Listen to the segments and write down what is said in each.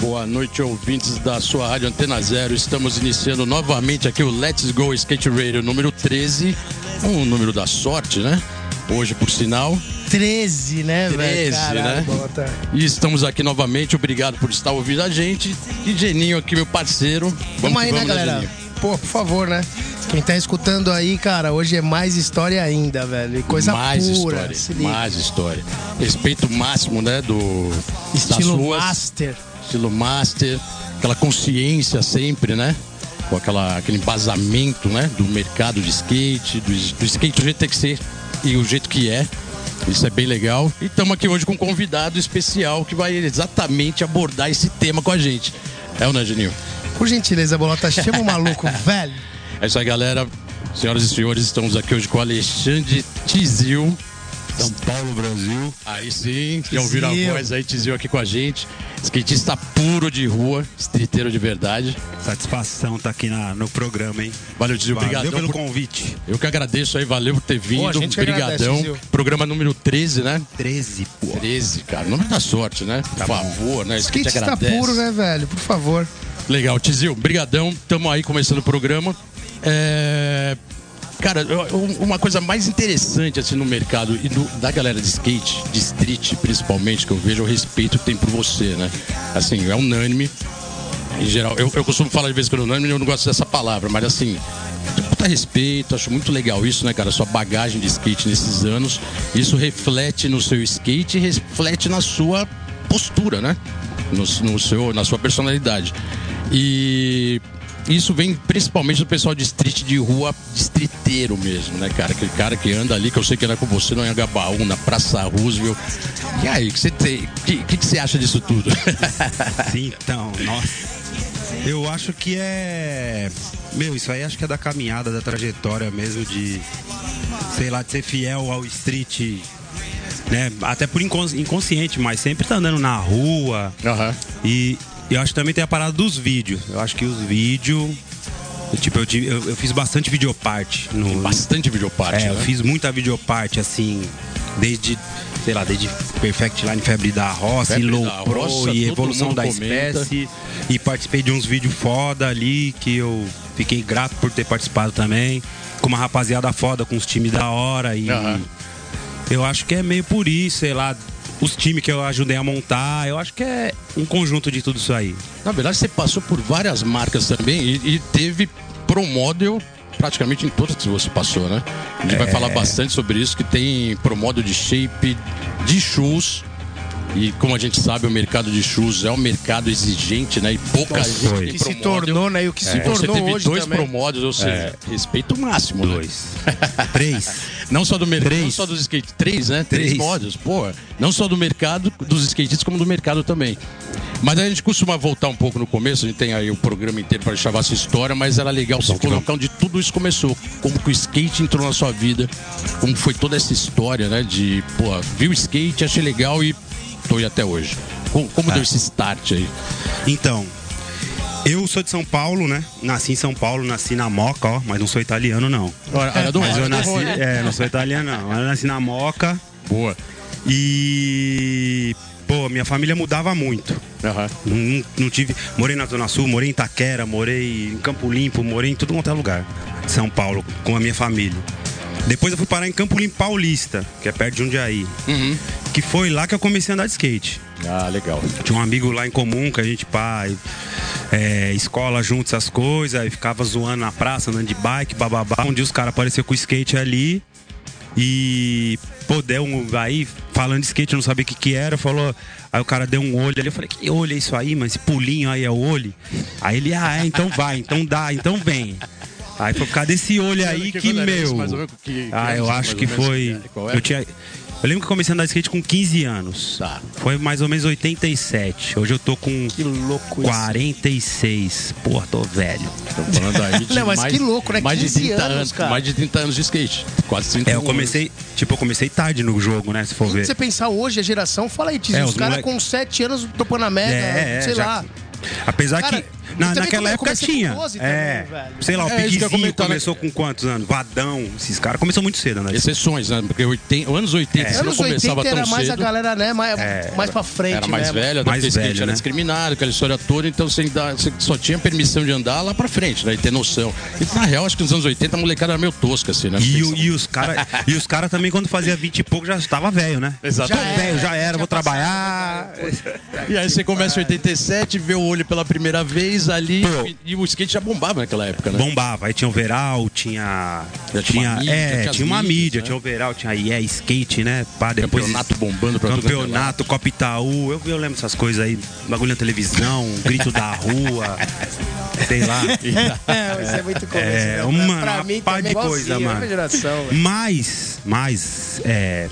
Boa noite, ouvintes da sua rádio Antena Zero. Estamos iniciando novamente aqui o Let's Go Skate Radio número 13. Um número da sorte, né? Hoje, por sinal. 13, né, velho? 13, Caralho, né? bota. E estamos aqui novamente. Obrigado por estar ouvindo a gente. E Geninho aqui, meu parceiro. Vamos que aí, né, galera? Geninho? Pô, por favor, né? Quem tá escutando aí, cara, hoje é mais história ainda, velho. E coisa mais pura. se história, liga. mais história. Respeito máximo, né, do das Estilo ruas. master. estilo master, aquela consciência sempre, né? Com aquela, aquele embasamento, né? Do mercado de skate, do, do skate do jeito que tem que ser e o jeito que é. Isso é bem legal. E estamos aqui hoje com um convidado especial que vai exatamente abordar esse tema com a gente. É o Geninho? Por gentileza, Bolota, chama o maluco, velho. É isso aí, galera. Senhoras e senhores, estamos aqui hoje com o Alexandre Tizil. São Paulo, Brasil. Aí sim, já ouviram a Tizil. voz aí, Tizil aqui com a gente. Skatista puro de rua, streeteiro de verdade. Satisfação tá aqui na, no programa, hein? Valeu, Tizil. Obrigado Valeu pelo por- convite. Eu que agradeço aí, valeu por ter vindo. Pô, a gente que agradece, Obrigadão. Zil. Programa número 13, né? 13, pô. 13, cara. Número da sorte, né? Tá Por favor, né? Isso que te Skate está agradece. puro, né, velho? Por favor. Legal, Tizil, brigadão. Tamo aí começando o programa. É, Cara, eu- um- uma coisa mais interessante assim no mercado e do- da galera de skate, de street principalmente, que eu vejo é o respeito que tem por você, né? Assim, é unânime. Em geral, eu, eu costumo falar de vez em quando unânime, eu não gosto dessa palavra, mas assim, tem puta respeito, acho muito legal isso, né, cara? Sua bagagem de skate nesses anos, isso reflete no seu skate e reflete na sua postura, né? No, no seu, na sua personalidade. E isso vem principalmente do pessoal de street, de rua, de streeteiro mesmo, né, cara? Aquele cara que anda ali, que eu sei que anda com você no Anhangabaú, na Praça Roosevelt. E aí, o que você tem? O que, que, que você acha disso tudo? Então, nossa. Eu acho que é. Meu, isso aí acho que é da caminhada, da trajetória mesmo, de. Sei lá, de ser fiel ao street. Né? Até por incons- inconsciente, mas sempre tá andando na rua. Aham. E eu acho que também tem a parada dos vídeos. Eu acho que os vídeos. Tipo, eu, tive- eu, eu fiz bastante videoparte no, Bastante videoparte, né? É, eu fiz muita videoparte, assim, desde, sei lá, desde Perfect Line, Febre da Roça, Febre e Low da Pro, Roça, e todo Evolução mundo da comenta. Espécie. E participei de uns vídeos foda ali, que eu fiquei grato por ter participado também. Com uma rapaziada foda, com os times da hora. E Aham. eu acho que é meio por isso, sei lá, os times que eu ajudei a montar. Eu acho que é um conjunto de tudo isso aí. Na verdade, você passou por várias marcas também e, e teve pro model praticamente em todas que você passou, né? A gente vai É. falar bastante sobre isso, que tem pro model de shape, de shoes. E como a gente sabe, o mercado de shoes é um mercado exigente, né? E pouca gente Então, foi. tem Que pro se model. tornou, né? E o que se E É. Você tornou teve hoje dois também. pro models, ou seja, respeito máximo. né? É. Dois. Três. Não só do mercado, Três. não só dos skate. Três, né? Três, Três. modos, pô. Não só do mercado, dos skatistas, como do mercado também. Mas a gente costuma voltar um pouco no começo, a gente tem aí o programa inteiro para chavar essa história, mas era legal você colocar onde tudo isso começou. Como que o skate entrou na sua vida, como foi toda essa história, né? De, pô, vi o skate, achei legal e tô aí até hoje. Como, como deu esse start aí? Então, eu sou de São Paulo, né? Nasci em São Paulo, nasci na Moca, ó, mas não sou italiano, não. Olha, olha do Mas eu olha do nasci. olho. É, não sou italiano, não. Mas Eu nasci na Moca Boa. e. Pô, minha família mudava muito. Aham. Não, não tive. Morei na Zona Sul, morei em Itaquera, morei em Campo Limpo, morei em tudo quanto é lugar. de São Paulo, com a minha família. Depois eu fui parar em Campo Limpo Paulista, que é perto de Jundiaí. Que foi lá que eu comecei a andar de skate. Ah, legal. Tinha um amigo lá em comum que a gente, pai, é, escola junto, essas coisas, e ficava zoando na praça, andando de bike, bababá. Um dia os caras apareceram com skate ali e, pô, deu um. Aí, falando de skate, eu não sabia o que, que era, falou. Aí o cara deu um olho ali, eu falei, que olho é isso aí, mas esse pulinho aí é o olho? Aí ele, ah, é, então vai, então dá, então vem. Aí foi por causa desse olho aí que, Que quando era isso, meu. mais ou menos, que- que ah, anos, eu mais acho ou que menos, foi. que- é, qual era? Eu tinha. Eu lembro que eu comecei a andar de skate com 15 anos. Tá. Foi mais ou menos 87. Hoje eu tô com Que louco isso. 46. Pô, tô velho. Tô falando aí de Não, mas mais- que louco, né? Mais de 15 30 anos, anos, cara. Mais de 30 anos de skate. Quase um 30 É, eu comecei, tipo, eu comecei tarde no jogo, né? Se for Se ver. você pensar hoje, a geração, fala aí, Tiz, É, os os caras moleque- com 7 anos topando a mega, É, sei É, já- lá. Apesar Cara, que. mas na- também naquela quando eu época comecei tinha. com 12 também, é, velho. sei lá, o É, isso que eu Piquezinho ia comentar, né? começou com quantos anos? Vadão, esses caras. Começou muito cedo, né? Exceções, né? Porque 80, anos 80, se não É. Anos 80 começava era tão mais a cedo. É, galera, né? Mais, mais pra frente, Era mais né? velha, até Mais porque skate velho, era né? discriminado, aquela história toda, então você, ainda- você só tinha permissão de andar lá pra frente, né? E ter noção. E, na real, acho que nos anos 80 a molecada era meio tosca, assim, né? E, o- e os caras e os cara também, quando fazia 20 e pouco, já estava velho, né? Exatamente. Tô velho, já era, vou trabalhar. né? E aí você começa em 87, vê o olho pela primeira vez ali, Pô. e, e o skate já bombava naquela época, né? Bombava. Aí tinha overall, tinha. Já tinha uma mídia, é, tinha tinha, as uma mídias, mídia, né? tinha overall, tinha yeah, skate, né? Pá, depois Campeonato bombando pra tudo quanto é lado. Campeonato, Copa Itaú. Eu, eu lembro essas coisas aí. Bagulho na televisão, um grito da rua. sei lá. É, isso é muito começo. É, né? mano, pra uma mim par também de coisa, igualzinho, mano. é uma geração, velho. Mas, mas, é.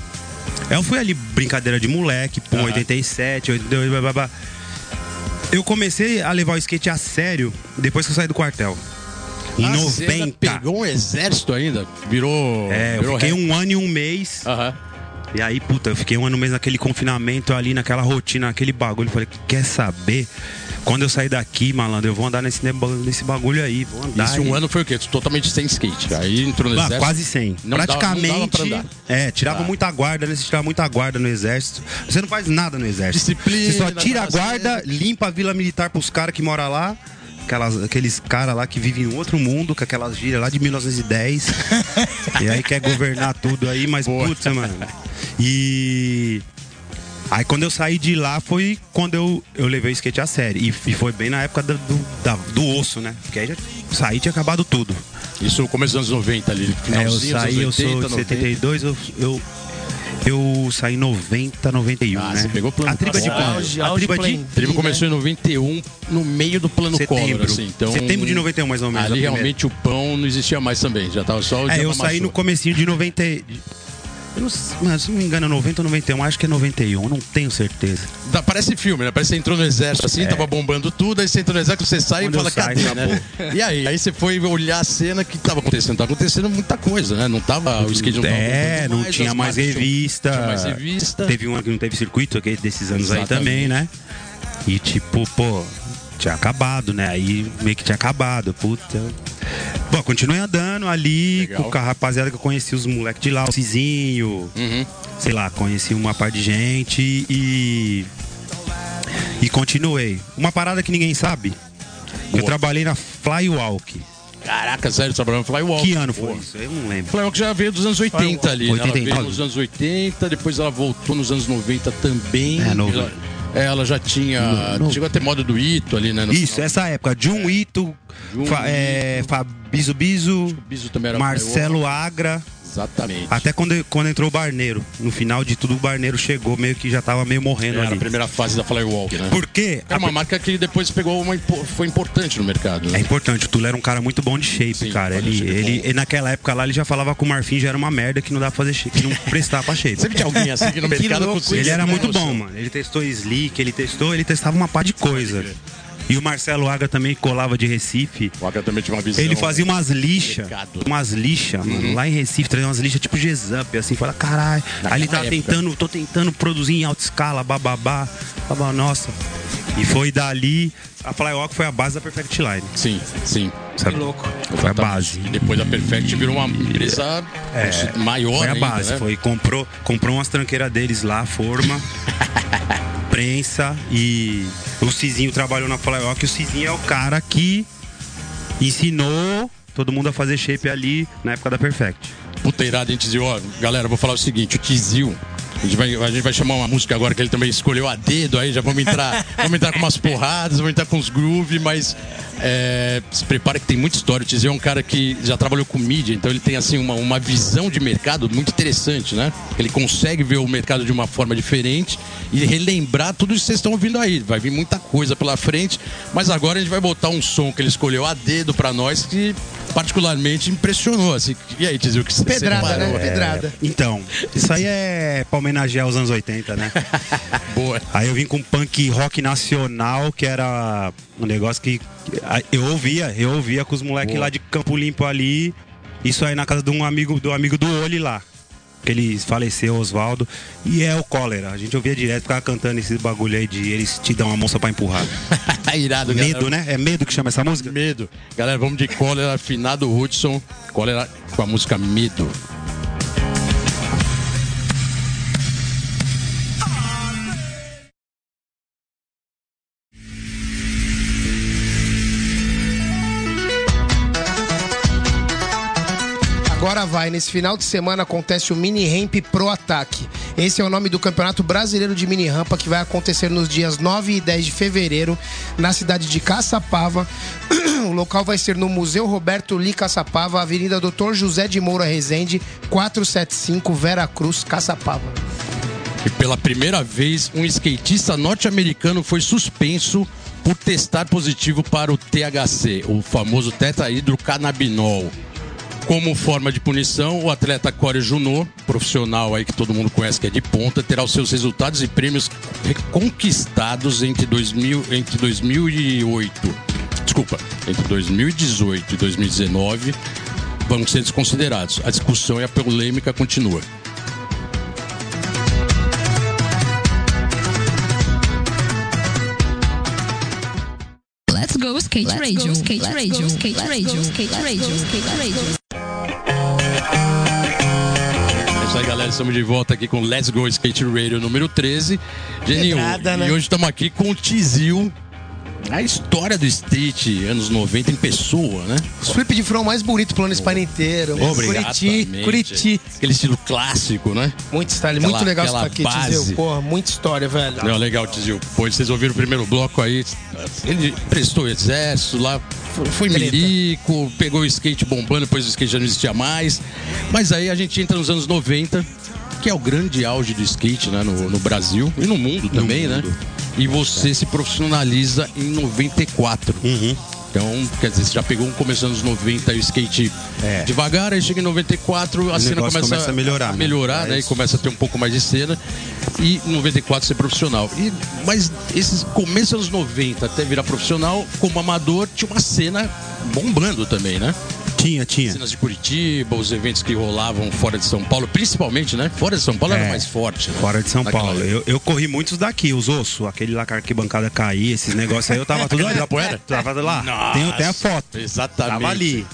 Eu fui ali brincadeira de moleque, pô, 87, 88, blá, blá, blá. Eu comecei a levar o skate a sério depois que eu saí do quartel. Em Ah, você ainda 90. Pegou um exército ainda, virou. É, eu virou fiquei rap. um ano e um mês. Aham. E aí, puta, eu fiquei um ano mesmo naquele confinamento ali, naquela rotina, naquele bagulho. Falei, quer saber? Quando eu sair daqui, malandro, eu vou andar nesse, nebo- nesse bagulho Tá, aí, vou andar. Isso, e- um ano foi o quê? Totalmente sem skate. Aí entrou no Ah, exército. quase 100. Não dava- Praticamente. não dava pra andar. É, tirava Tá. muita guarda, né? Você tirava muita guarda no exército. Você não faz nada no exército. Disciplina, Você só tira a prazer. guarda, limpa a vila militar pros caras que moram lá. Aquelas, aqueles caras lá que vivem em outro mundo, com aquelas gírias lá de 1910. e aí quer governar tudo aí, mas putz, né, mano. E. Aí quando eu saí de lá foi quando eu, eu levei o skate a sério. E, e foi bem na época do, do, da- do osso, né? Porque aí já saí e tinha acabado tudo. Isso começo dos anos 90 ali. É, eu Finalzinho dos saí, eu anos 80, sou 90. de 72, eu, eu, eu saí em 90, 91, Ah, né? você pegou plano A tribo de Collor. quando? A Auge tribo de pleno. A tribo começou em 91, no meio do plano Collor, né? setembro. assim. Então, setembro de 91, mais ou menos. Ali a primeira. realmente o pão não existia mais também. Já tava só o É, dia eu da saí no maçã. comecinho de 90... e- Eu não, sei, mas se não me engano, é 90 ou 91, acho que é 91, não tenho certeza. Dá- Parece filme, né? Parece que você entrou no exército assim, tava bombando tudo, aí você entra no exército, você sai É. Quando e fala, eu saio, cadê, acabou. né? E aí? Aí você foi olhar a cena que tava acontecendo. Tava acontecendo muita coisa, né? Não tava, o skate não tava é, bombando não mais, tinha as mais marcas tinham- revista. tinha mais revista. Teve um ano que não teve circuito aquele desses anos Exatamente. aí também, né? E tipo, pô, tinha acabado, né? Aí meio que tinha acabado, puta. Bom, continuei andando ali Legal. com a rapaziada que eu conheci os moleques de lá, o Cizinho, Uhum. sei lá, conheci uma par de gente e. E continuei. Uma parada que ninguém sabe. Boa. Eu trabalhei na Flywalk. Caraca, sério, você trabalhando Flywalk. Que ano foi Pô. isso? Eu não lembro. Flywalk já veio dos anos 80 ali, né? Ela 80, veio óbvio. nos anos 80, depois ela voltou nos anos 90 também. É, novo. Ela, é, ela já tinha. No- no- Chegou até moda do Ito ali, né? No É. Isso, essa época. Jun Ito, Jun Fa, é, Fabizo Bizo, Biso também era é. Marcelo Agra. Flywalk. Exatamente. Até quando, quando entrou o Barneiro. No final de tudo, o Barneiro chegou meio que já tava meio morrendo Era a ali. primeira fase da Flywalk, né? Por quê? Era uma marca que depois pegou uma impo- foi importante no mercado. É Né? importante, o Tulo era um cara muito bom de shape, Sim, cara. olha, Ele, shape ele, bom. e naquela época lá, ele já falava que o Marfim já era uma merda que não dá pra fazer shape, que não prestava pra shape. Sempre tinha alguém assim que no Que mercado louco conseguia. Ele era né? muito Nossa. bom, mano. Ele testou slick, ele testou, ele testava uma pá de coisa. E o Marcelo Agra também colava de Recife. O Agra também tinha uma visão. Ele fazia umas lixas, Pecado. Uhum. umas lixas, mano, lá em Recife, trazia umas lixas tipo G-Zamp, assim, fala, caralho, Naquela aí ele tá época. tentando, tô tentando produzir em alta escala, bababá, babá, nossa. E foi dali, a Flywalk foi a base da Perfect Line, Sim, sim. sabe? louco. Foi a base. E depois a Perfect virou uma empresa maior Foi a ainda, base, né? foi, comprou, comprou umas tranqueiras deles lá, forma, prensa e o Cizinho trabalhou na Flywalk, e o Cizinho é o cara que ensinou todo mundo a fazer shape ali na época da Perfect. puteirada, a gente dizia, ó, galera, vou falar o seguinte, o Tizil. A gente, vai, a gente vai chamar uma música agora que ele também escolheu a dedo, aí já vamos entrar, vamos entrar com umas porradas, vamos entrar com uns groove, mas é, se prepara que tem muita história. O Tizil é um cara que já trabalhou com mídia, então ele tem assim uma, uma visão de mercado muito interessante, né? Ele consegue ver o mercado de uma forma diferente e relembrar tudo isso que vocês estão ouvindo aí. Vai vir muita coisa pela frente, mas agora a gente vai botar um som que ele escolheu a dedo pra nós que particularmente impressionou. Assim. E aí, Tizil, o que você Pedrada, separou? né? Pedrada. Então, isso aí é pra homenagear os anos 80, né? Boa. Aí eu vim com um punk rock nacional, que era um negócio que a- eu ouvia, eu ouvia com os moleques Boa. lá de Campo Limpo ali. Isso aí na casa de um amigo do amigo do Oli lá. Que ele faleceu, Oswaldo. E é o cólera. A gente ouvia direto, ficava cantando esse bagulho aí de eles te dão uma moça pra empurrar. Irado, galera. Medo, né? É medo que chama essa música? Medo. Galera, vamos de cólera, afinado Hudson. Cólera com a música Medo. Agora vai, nesse final de semana acontece o Mini Ramp Pro Ataque. Esse é o nome do Campeonato Brasileiro de Mini Rampa que vai acontecer nos dias 9 e 10 de fevereiro na cidade de Caçapava. O local vai ser no Museu Roberto Li Caçapava, Avenida Dr. José de Moura Rezende, 475 Vera Cruz, Caçapava. E pela primeira vez, um skatista norte-americano foi suspenso por testar positivo para o THC, o famoso tetrahidrocannabinol. Como forma de punição, o atleta Corey Junot, profissional aí que todo mundo conhece que é de ponta, terá os seus resultados e prêmios conquistados entre, 2000, entre 2008. Desculpa, entre 2018 e 2019 vão ser desconsiderados. A discussão e a polêmica continua. Let's go skate radio, skate radio, skate radio, skate radio, skate radio. É isso aí, galera. Estamos de volta aqui com Let's Go Skate Radio número 13. Geninho, Pedrada, né? e hoje estamos aqui com o Tizil. A história do street, anos 90, em pessoa, né? Os flip de front mais bonito do planeta hispano inteiro. Obrigado. Curiti, Curiti. Aquele estilo clássico, né? Muito style, Aquela- muito legal aquela estar aqui, base. Tizil. Porra, muita história, velho. Não, legal, Tizil. Pois vocês ouviram o primeiro bloco aí. Ele prestou o exército lá, foi- foi Treta. milico, pegou o skate bombando, depois o skate já não existia mais. Mas aí a gente entra nos anos 90, que é o grande auge do skate né, no, no Brasil e no mundo também, né? E você se profissionaliza em 94. Então, quer dizer, você já pegou um começo dos anos 90 e o skate É. devagar, aí chega em 94, a cena negócio começa, começa a melhorar, né? melhorar, né? Mas- E começa a ter um pouco mais de cena. E em 94 ser profissional. E, mas esses começos dos anos 90 até virar profissional, como amador, tinha uma cena bombando também, né? Tinha, tinha. Cenas de Curitiba, os eventos que rolavam fora de São Paulo, principalmente, né? Fora de São Paulo era É. mais forte, né? Fora de São Naquela Paulo. época. Eu, eu corri muitos daqui, os ossos, aquele lá que a arquibancada caía, esses negócios aí, eu tava tudo ali. Ibirapuera? Tava lá. Nossa. Tem até a foto. Exatamente. Tava ali.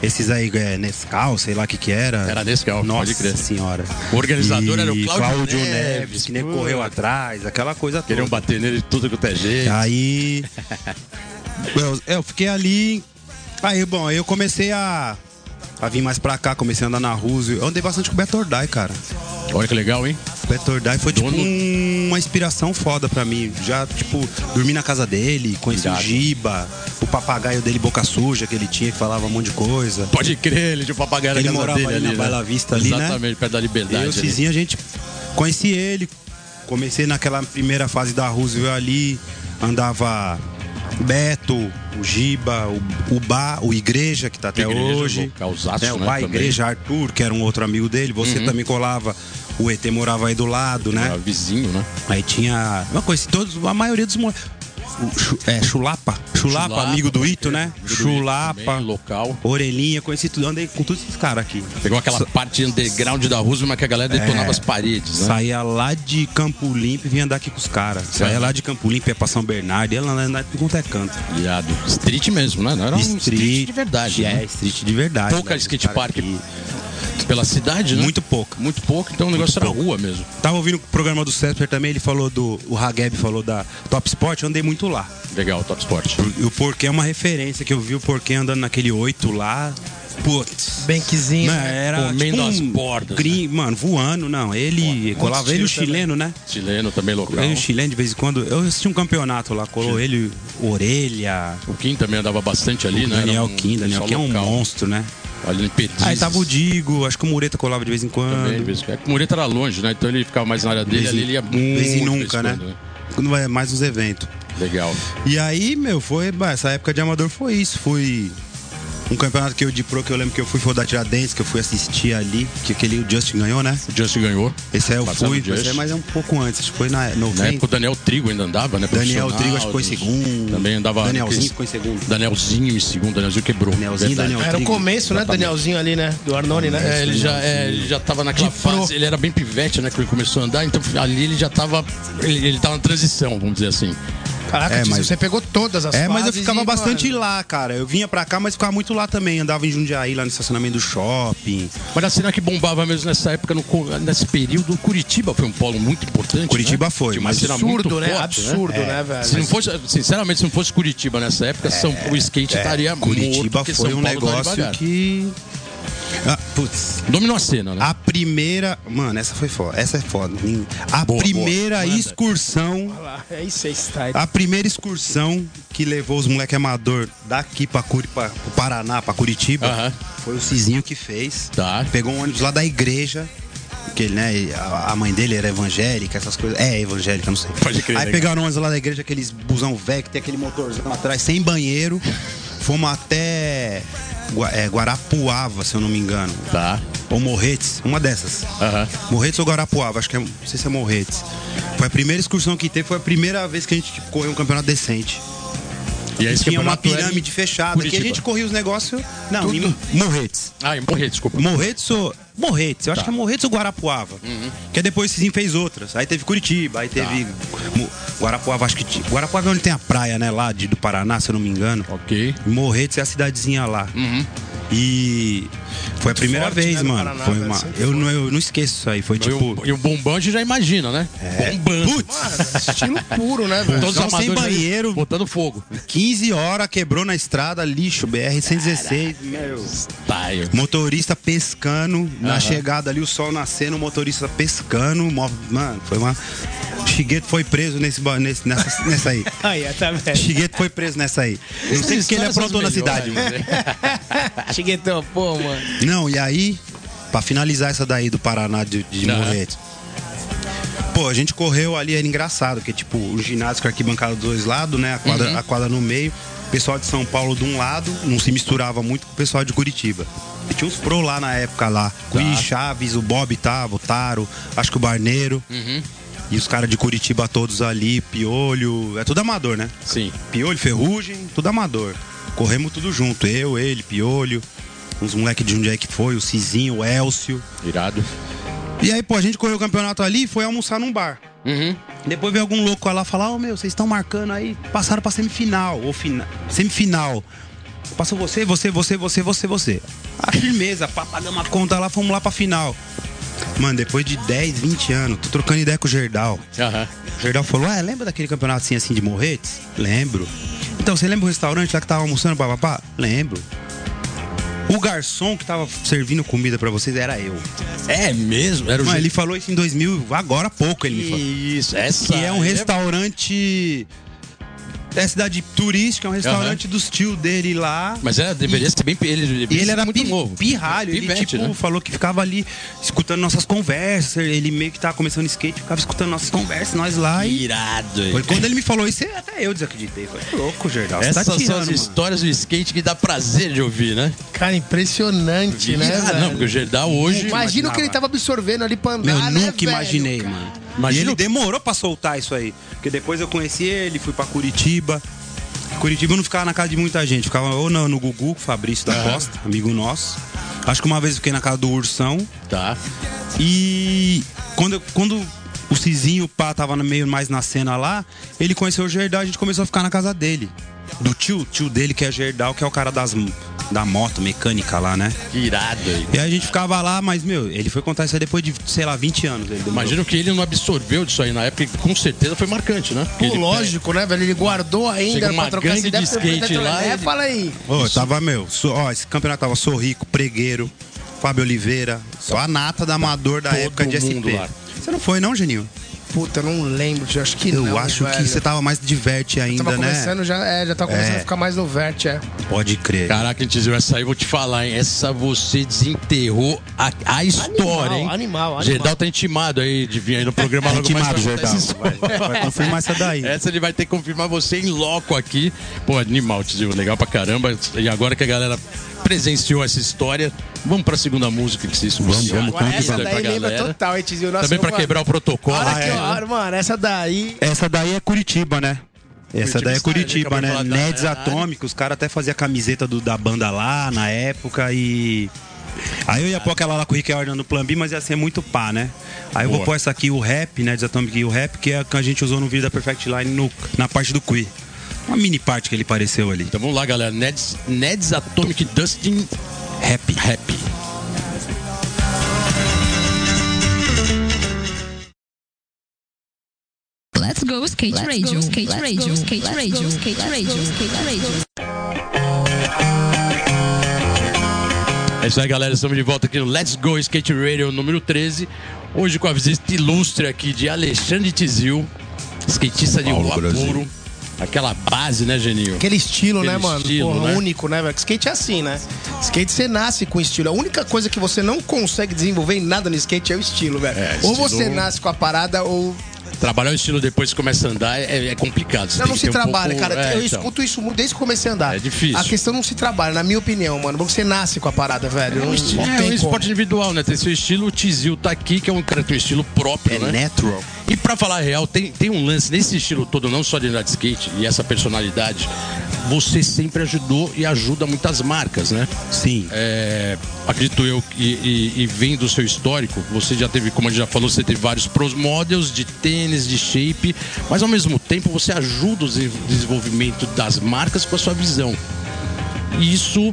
Esses aí, é, Nescau, sei lá o que que era. Era Nescau, Nossa pode crer. senhora. O organizador E era o Cláudio Neves, um que nem correu puta. atrás, aquela coisa toda. Queriam bater nele de tudo que é jeito. Tá. Aí. eu, eu fiquei ali. Aí, bom, aí eu comecei a. A vir mais pra cá, comecei a andar na Rússia. Eu andei bastante com o Beto Ordai, cara. Olha que legal, hein? Petordai foi tipo Dono- um- uma inspiração foda pra mim. Já, tipo, dormi na casa dele, conheci Irado. o Giba, o papagaio dele boca suja que ele tinha, que falava um monte de coisa. Pode crer, ele tinha o papagaio Ele na casa morava dele ali na Bela Vista ali, né? Exatamente, perto da Liberdade. eu e o ali. Cizinho, a gente conheci ele, comecei naquela primeira fase da Roosevelt ali, andava Beto, o Giba, o, o Bar, o Igreja, que tá até Igreja, hoje. É, localzaço, o né, Bar também. Uhum. Igreja, Arthur, que era um outro amigo dele, você também colava, o ET morava aí do lado, né? Era vizinho, né? Aí tinha. Uma coisa, todos, a maioria dos moleques. É, chulapa. chulapa. Chulapa, amigo do pode Ito, crer. né? Amigo do Ito Chulapa. também, local. Orelhinha, conheci tudo. Andei com todos esses caras aqui. Pegou aquela Sa- parte underground da Roosevelt, mas que a galera detonava É. as paredes, né? Saía lá de Campo Limpo e vinha andar aqui com os caras. Saía lá de Campo Limpo, ia pra São Bernardo, ia lá na- na tudo quanto é canto. Irado. Street mesmo, né? Não era um street de verdade, É, né? street de verdade. Pouca né? Os skate cara park aqui. pela cidade, né? Muito pouco. Muito pouco, então o negócio era pouco. rua mesmo. Tava ouvindo o programa do César também, ele falou do. O Hageb falou da Top Sport, eu andei muito lá. Legal, Top Sport. O Porquê é uma referência que eu vi o Porquê andando naquele 8 lá. Putz. Bankzinho. Mano, né? era Comendo tipo as um bordas, né? gringo, Mano, voando, não. Ele colava ele e o tiro chileno, né? Chileno também local. Ele e o chileno de vez em quando. Eu assisti um campeonato lá, colou ele, orelha. O Kim também andava bastante ali, né? Era Daniel um- Kim, Daniel só Kim é um local. monstro, né? Ali em Pedizes. Aí tava o Digo, acho que o Mureta colava de vez em também, quando. de vez em quando. É que o Mureta era longe, né? Então ele ficava mais na área dele, ali ele ia muito. de vez em de vez em nunca, né? quando, Quando vai mais uns eventos. Legal. E aí, meu, foi. bah, Essa época de amador foi isso. Fui Um campeonato que eu de pro, que eu lembro que eu fui foi o da Tiradentes, que eu fui assistir ali, que aquele o Justin ganhou, né? O Justin ganhou. Esse aí eu Passava fui, o Justin. esse aí, mas é um pouco antes, acho que foi na Na época o 90. Daniel Trigo ainda andava, né? Daniel profissional, Trigo acho que foi em segundo. Também andava. Danielzinho ficou em segundo. Danielzinho em segundo, Danielzinho quebrou. Danielzinho, verdade. Daniel Era o Rodrigo, começo, né, Danielzinho ali, né? Do Arnone, né? É, ele já, é, ele já tava naquela De pro. fase, ele era bem pivete, né? Quando ele começou a andar, então ali ele já tava. Ele, ele tava na transição, vamos dizer assim. Caraca, É, Tício, mas- você pegou todas as É, mas eu fases né? ficava e, bastante mano, lá, cara. Eu vinha pra cá, mas ficava muito lá também. Andava em Jundiaí, lá no estacionamento do shopping. Mas a cena que bombava mesmo nessa época, no co- nesse período, Curitiba foi um polo muito importante. Curitiba né? foi, Tinha uma mas cena muito Absurdo, né? forte, É, Absurdo, né, velho? Se não fosse, sinceramente, se não fosse Curitiba nessa época, São, o skate estaria morto, É, Curitiba porque foi São um Paulo tá negócio devagar. que. Ah, putz. Dominou a cena, né? A primeira. Mano, essa foi foda. Essa é foda. Nin- A Boa, primeira boa. Manda. excursão. lá. É isso aí, está. A primeira excursão que levou os moleque amador daqui pra, Curi, pra pro Paraná, pra Curitiba, Aham. foi o Cizinho que fez. Tá. Pegou um ônibus lá da igreja. Porque ele, né, a a mãe dele era evangélica, essas coisas. É, evangélica, não sei. Pode crer, né? Aí legal. pegaram umas lá da igreja, aqueles busão velho que tem aquele motorzão atrás, sem banheiro. Fomos até Gua- é, Guarapuava, se eu não me engano. Tá. Ou Morretes, uma dessas. Aham. Morretes ou Guarapuava, acho que é, não sei se é Morretes. Foi a primeira excursão que teve, foi a primeira vez que a gente tipo, correu um campeonato decente. E aí, E esse tinha é uma campeonato era em pirâmide fechada, que a Curitiba. gente corria os negócios. Não, em Morretes. Ah, em Morrer, desculpa. Morretes ou. Morretes, Tá. eu acho que é Morretes ou Guarapuava. Uhum. Que aí depois Cizinho fez outras. Aí teve Curitiba, Tá. aí teve. Mo- Guarapuava, acho que. ti- Guarapuava é onde tem a praia, né? Lá de, do Paraná, se eu não me engano. Ok. Morretes é a cidadezinha lá. E foi a primeira forte, vez, né, do mano. Paraná, foi velho, uma... sempre eu, não, eu não esqueço isso aí. Foi E tipo. É. o, e o bombão a gente já imagina, né? Bombando. Estilo puro, né, velho? Todos os Então, sem amadores aí banheiro. Botando fogo. 15 horas, quebrou na estrada, lixo, BR-116. Tá, eu- Motorista pescando, na Aham. chegada ali, o sol nascendo, o motorista pescando. mó- Mano, foi uma. Chigueto foi preso nesse, ba- nesse, nessa, nessa aí. Aí, tá vendo? Chigueto foi preso nessa aí. Não sei o que ele Histórias aprontou são na as cidade, mano. melhores, né? Chiguetão, pô, mano. Não, e aí, pra finalizar essa daí do Paraná de, de Aham. Morretes. Pô, a gente correu ali, era engraçado, porque tipo, o ginásio com a arquibancada dos dois lados, né? A quadra, a quadra no meio. O pessoal de São Paulo de um lado não se misturava muito com o pessoal de Curitiba. E tinha uns pro lá na época lá. O Cui Chaves, o Bob tava, o Taro, acho que o Barneiro. E os caras de Curitiba todos ali, Piolho. É tudo amador, né? Sim. Piolho, Ferrugem, tudo amador. Corremos tudo junto, eu, ele, Piolho, uns moleques de Jundiaí que foi, o Cizinho, o Elcio. Irado. E aí, pô, a gente correu o campeonato ali e foi almoçar num bar. Uhum. Depois veio algum louco lá falar, ô meu, vocês estão marcando aí, passaram pra semifinal, ou fina... semifinal. Passou você, você, você, você, você, você. A firmeza, pá, pagamos a conta lá, fomos lá pra final. Mano, depois de 10, 20 anos, tô trocando ideia com o Gerdal. Aham. O Gerdal falou: Ah, lembra daquele campeonato assim, assim de Morretes? Lembro. Então, você lembra o restaurante lá que tava almoçando, papapá? Lembro. O garçom que tava servindo comida pra vocês era eu. É mesmo? Era o Mano, jeito- ele falou isso em 2000, agora há pouco ele me falou. Isso, essa. Que é um aí restaurante. É cidade turística, é um restaurante dos tios dele lá. Mas era, deveria ser bem. Ele, E ele era muito pi- novo. pirralho, ele Pivete, tipo, né? falou que ficava ali escutando nossas conversas, ele meio que tava começando skate, ficava escutando nossas conversas, nós lá e Irado. foi quando ele me falou isso, até eu desacreditei. Falei, "Ô, louco, Gerdal. Você tá Essas são as tirando, mano." histórias do skate que dá prazer de ouvir, né? Cara, impressionante, né, Ah, não, porque o velho? Gerdal É, hoje. Imagina o que ele tava absorvendo ali pra andar, Meu, né, nunca velho? imaginei, mano. Imagina E ele o- demorou pra soltar isso aí. Porque depois eu conheci ele, fui pra Curitiba. Curitiba eu não ficava na casa de muita gente. Ficava ou no, no Gugu, com o Fabrício da Aham. Costa, amigo nosso. Acho que uma vez eu fiquei na casa do Ursão. Tá. E quando, eu- quando o Cizinho, o pá, tava no meio mais na cena lá, ele conheceu o Gerdal a gente começou a ficar na casa dele. Do tio, tio dele, que é Gerdal, que é o cara das, da moto mecânica lá, né? Que irado aí. E aí a gente ficava lá, mas, meu, ele foi contar isso aí depois de, sei lá, 20 anos. Ele demorou. Imagina o que ele não absorveu disso aí na época, que com certeza foi marcante, né? Porque Pô, ele- lógico, né, velho? Ele guardou Chega ainda uma pra trocar gangue essa ideia. de porque o skate Pedro lá Lelé, e- "É, fala aí. Ô, tava, meu, so- ó, esse campeonato tava Sorrico, Pregueiro, Fábio Oliveira, só a nata da Amador da todo época de mundo SP. lá. Você não foi, não, Geninho? Puta, eu não lembro, tio, acho que Eu não, acho que velho. você tava mais diverte ainda, Tava né? começando já, é, já tava começando É. a ficar mais no verte, é. Pode crer. Caraca, Tizil, essa aí eu vou te falar, hein? Essa você desenterrou a, a história, Animal, hein? animal, animal. Gerdal tá intimado aí de vir aí no programa Tá logo mais intimado, pra contar Gerdal. essa história. Vai- vai confirmar essa daí. Essa ele vai ter que confirmar você em loco aqui. Pô, animal, Tizil, legal pra caramba. E agora que a galera presenciou essa história. Vamos pra segunda música, que vocês Vamos, vamos, vamos, vamos. pra Essa daí lembra galera. total, hein, Tizinho? Nossa, Também pra mano, quebrar o protocolo. Olha Ah, que é. hora, mano. Essa daí. Essa daí é Curitiba, né? Essa daí é Curitiba Curitiba, Style, né? acabou de falar da- Neds Atômica, os caras até faziam a camiseta do- da banda lá na época e. Aí eu ia pôr aquela lá com o Rick Jordan no Plan B, mas ia ser muito pá, né? Aí eu vou Boa. pôr essa aqui, o rap, né? Desatomic e o rap, que é a que a gente usou no vídeo da Perfect Line no- na parte do Queen. Uma mini parte que ele pareceu ali. Então vamos lá, galera. Neds, Neds Atomic Dustin Rap. Rap. Let's go skate radio, skate radio, skate radio, skate radio, skate radio. É isso aí, galera. Estamos de volta aqui no Let's Go Skate Radio número 13. Hoje com a visita ilustre aqui de Alexandre Tizil, skatista de Paulo, rua Brasil. puro. Aquela base, né, Geninho? Aquele estilo, Aquele né, mano? estilo, Porra, né? único, né, velho? Skate é assim, né? Skate você nasce com estilo. A única coisa que você não consegue desenvolver em nada no skate é o estilo, velho. É, Ou estilo- você nasce com a parada ou. Trabalhar o estilo depois que começa a andar é, é complicado. Você Não, tem não que se ter um trabalha, pouco- cara. É, eu então. escuto isso muito desde que comecei a andar. É difícil. A questão não se trabalha, na minha opinião, mano. Porque você nasce com a parada, velho. Não, É, não é tem um como. esporte individual, né? Tem seu estilo, o Tizil tá aqui, que é um cara que tem um estilo próprio, É né? natural. E pra falar a real, tem, tem um lance nesse estilo todo, não só de andar de skate e essa personalidade. Você sempre ajudou e ajuda muitas marcas, né? Sim. É, acredito eu, e, e, e vendo o seu histórico, você já teve, como a gente já falou, você teve vários pros models de tênis, de shape, mas ao mesmo tempo você ajuda o des- desenvolvimento das marcas com a sua visão. E isso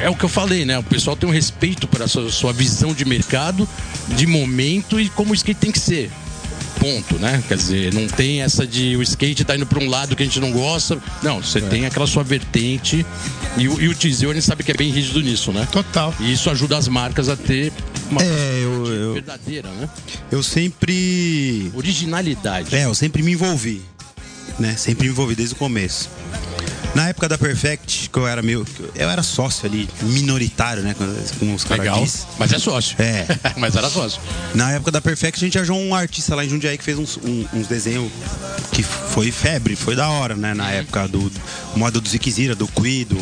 é o que eu falei, né? O pessoal tem um respeito para sua, sua visão de mercado, de momento e como o skate tem que ser. Ponto, né? Quer dizer, não tem essa de o skate tá indo para um lado que a gente não gosta. Não, você É. tem aquela sua vertente. E, o- e o Tizio, ele sabe que é bem rígido nisso, né? Total. E isso ajuda as marcas a ter uma É, eu- vertente eu- verdadeira, né? Eu sempre. Originalidade. É, eu sempre me envolvi, né? Sempre me envolvi desde o começo. Na época da Perfect, que eu era meio. Eu era sócio ali, minoritário, né? com- Com os caras Legal. diz. Mas é sócio. É. Mas era sócio. Na época da Perfect, a gente achou um artista lá em Jundiaí que fez uns, um- uns desenhos que foi febre, foi da hora, né? Na época do moda do Ziquezira, do Cuido,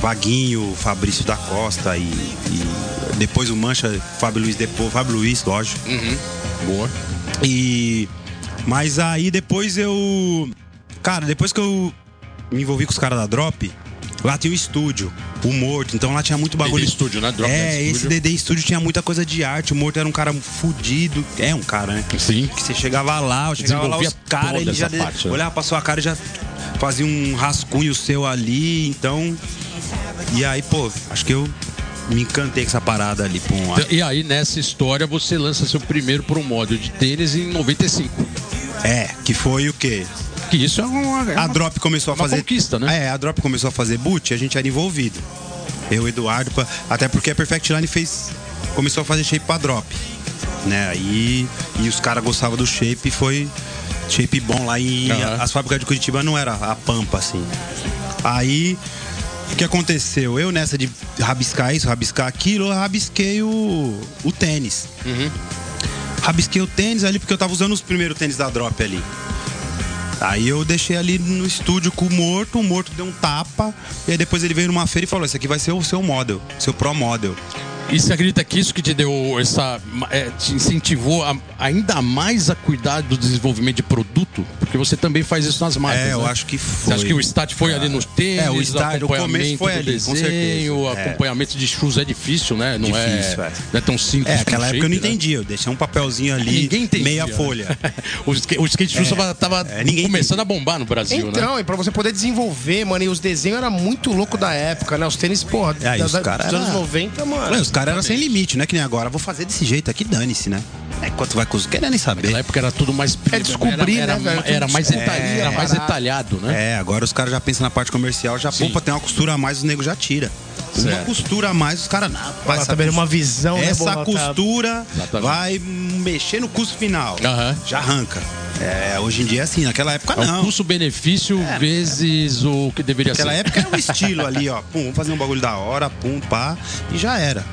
Vaguinho, Fabrício da Costa e, e depois o Mancha, Fábio Luiz depois, Fábio Luiz, lógico. Boa. E mas aí depois eu, cara, depois que eu me envolvi com os caras da Drop, lá tinha o estúdio, o Morto, então lá tinha muito bagulho DD Studio, né? Drop é, Net esse Studio. DD Studio tinha muita coisa de arte, o Morto era um cara fudido, é um cara, né? Sim. Que você chegava lá, eu chegava lá Desenvolvia os caras, toda ele já essa de- parte, né? olhava pra sua cara e já fazia um rascunho seu ali, então e aí, pô, acho que eu me encantei com essa parada ali, pô. Então, E aí, nessa história, você lança seu primeiro pro model de tênis em 95. É, que foi o quê? Que isso é uma. é A uma- Drop começou a uma fazer. conquista, né? É, a Drop começou a fazer boot e a gente era envolvido. Eu, Eduardo, pra- até porque a Perfect Line fez. Começou a fazer shape pra Drop. Né? Aí. E os caras gostavam do shape e foi. Shape bom lá e Aham. as fábricas de Curitiba não era a pampa, assim. Aí. O que aconteceu? Eu nessa de rabiscar isso, rabiscar aquilo, eu rabisquei o, o tênis. Uhum. Rabisquei o tênis ali porque eu tava usando os primeiros tênis da Drop ali. Aí eu deixei ali no estúdio com o morto, o morto deu um tapa, e aí depois ele veio numa feira e falou: Esse aqui vai ser o seu model, seu pro model. E você acredita que isso que te deu essa. é, te incentivou a- ainda mais a cuidar do desenvolvimento de produto? Porque você também faz isso nas marcas. é, eu né? acho que foi. Você acha que o start foi ali no tênis? É, o start, o acompanhamento começo foi do ali, com desenho, certeza. É. acompanhamento de shoes é difícil, né? Não Difícil, é, é. Não é tão simples. É, aquela com época eu não shape, né? entendi, eu deixei um papelzinho ali, Ninguém entendia. meia né? folha. o, skate, o skate shoes tava, tava É, ninguém começando a bombar no Brasil, né? Então, e pra você poder desenvolver, mano, e os desenhos eram muito louco da época, né? Os tênis, porra, É, e da- os da- cara dos era- anos 90, mano. Ué, os caras eram sem limite, né? Que nem agora, vou fazer desse jeito aqui, dane-se, né? É, quanto vai custar? Quer nem Na saber. época era tudo mais. É descobrir, era, era, né, velho? Era, mais, Tudo detalhe, descobrir, era mais barato. detalhado, né? É, agora os caras já pensam na parte comercial, já Sim. poupa, tem uma costura a mais, os negros já tira. Uma Certo. costura a mais, os caras não. vai Ela essa também era uma visão, né, Essa Bolota? costura Exatamente. vai mexer no custo final. Aham. Já arranca. É, hoje em dia é assim, naquela época É o não. É. custo-benefício vezes o que deveria Naquela ser. época era um estilo ali, ó. Pum, vamos fazer um bagulho da hora, pum, pá, e já era.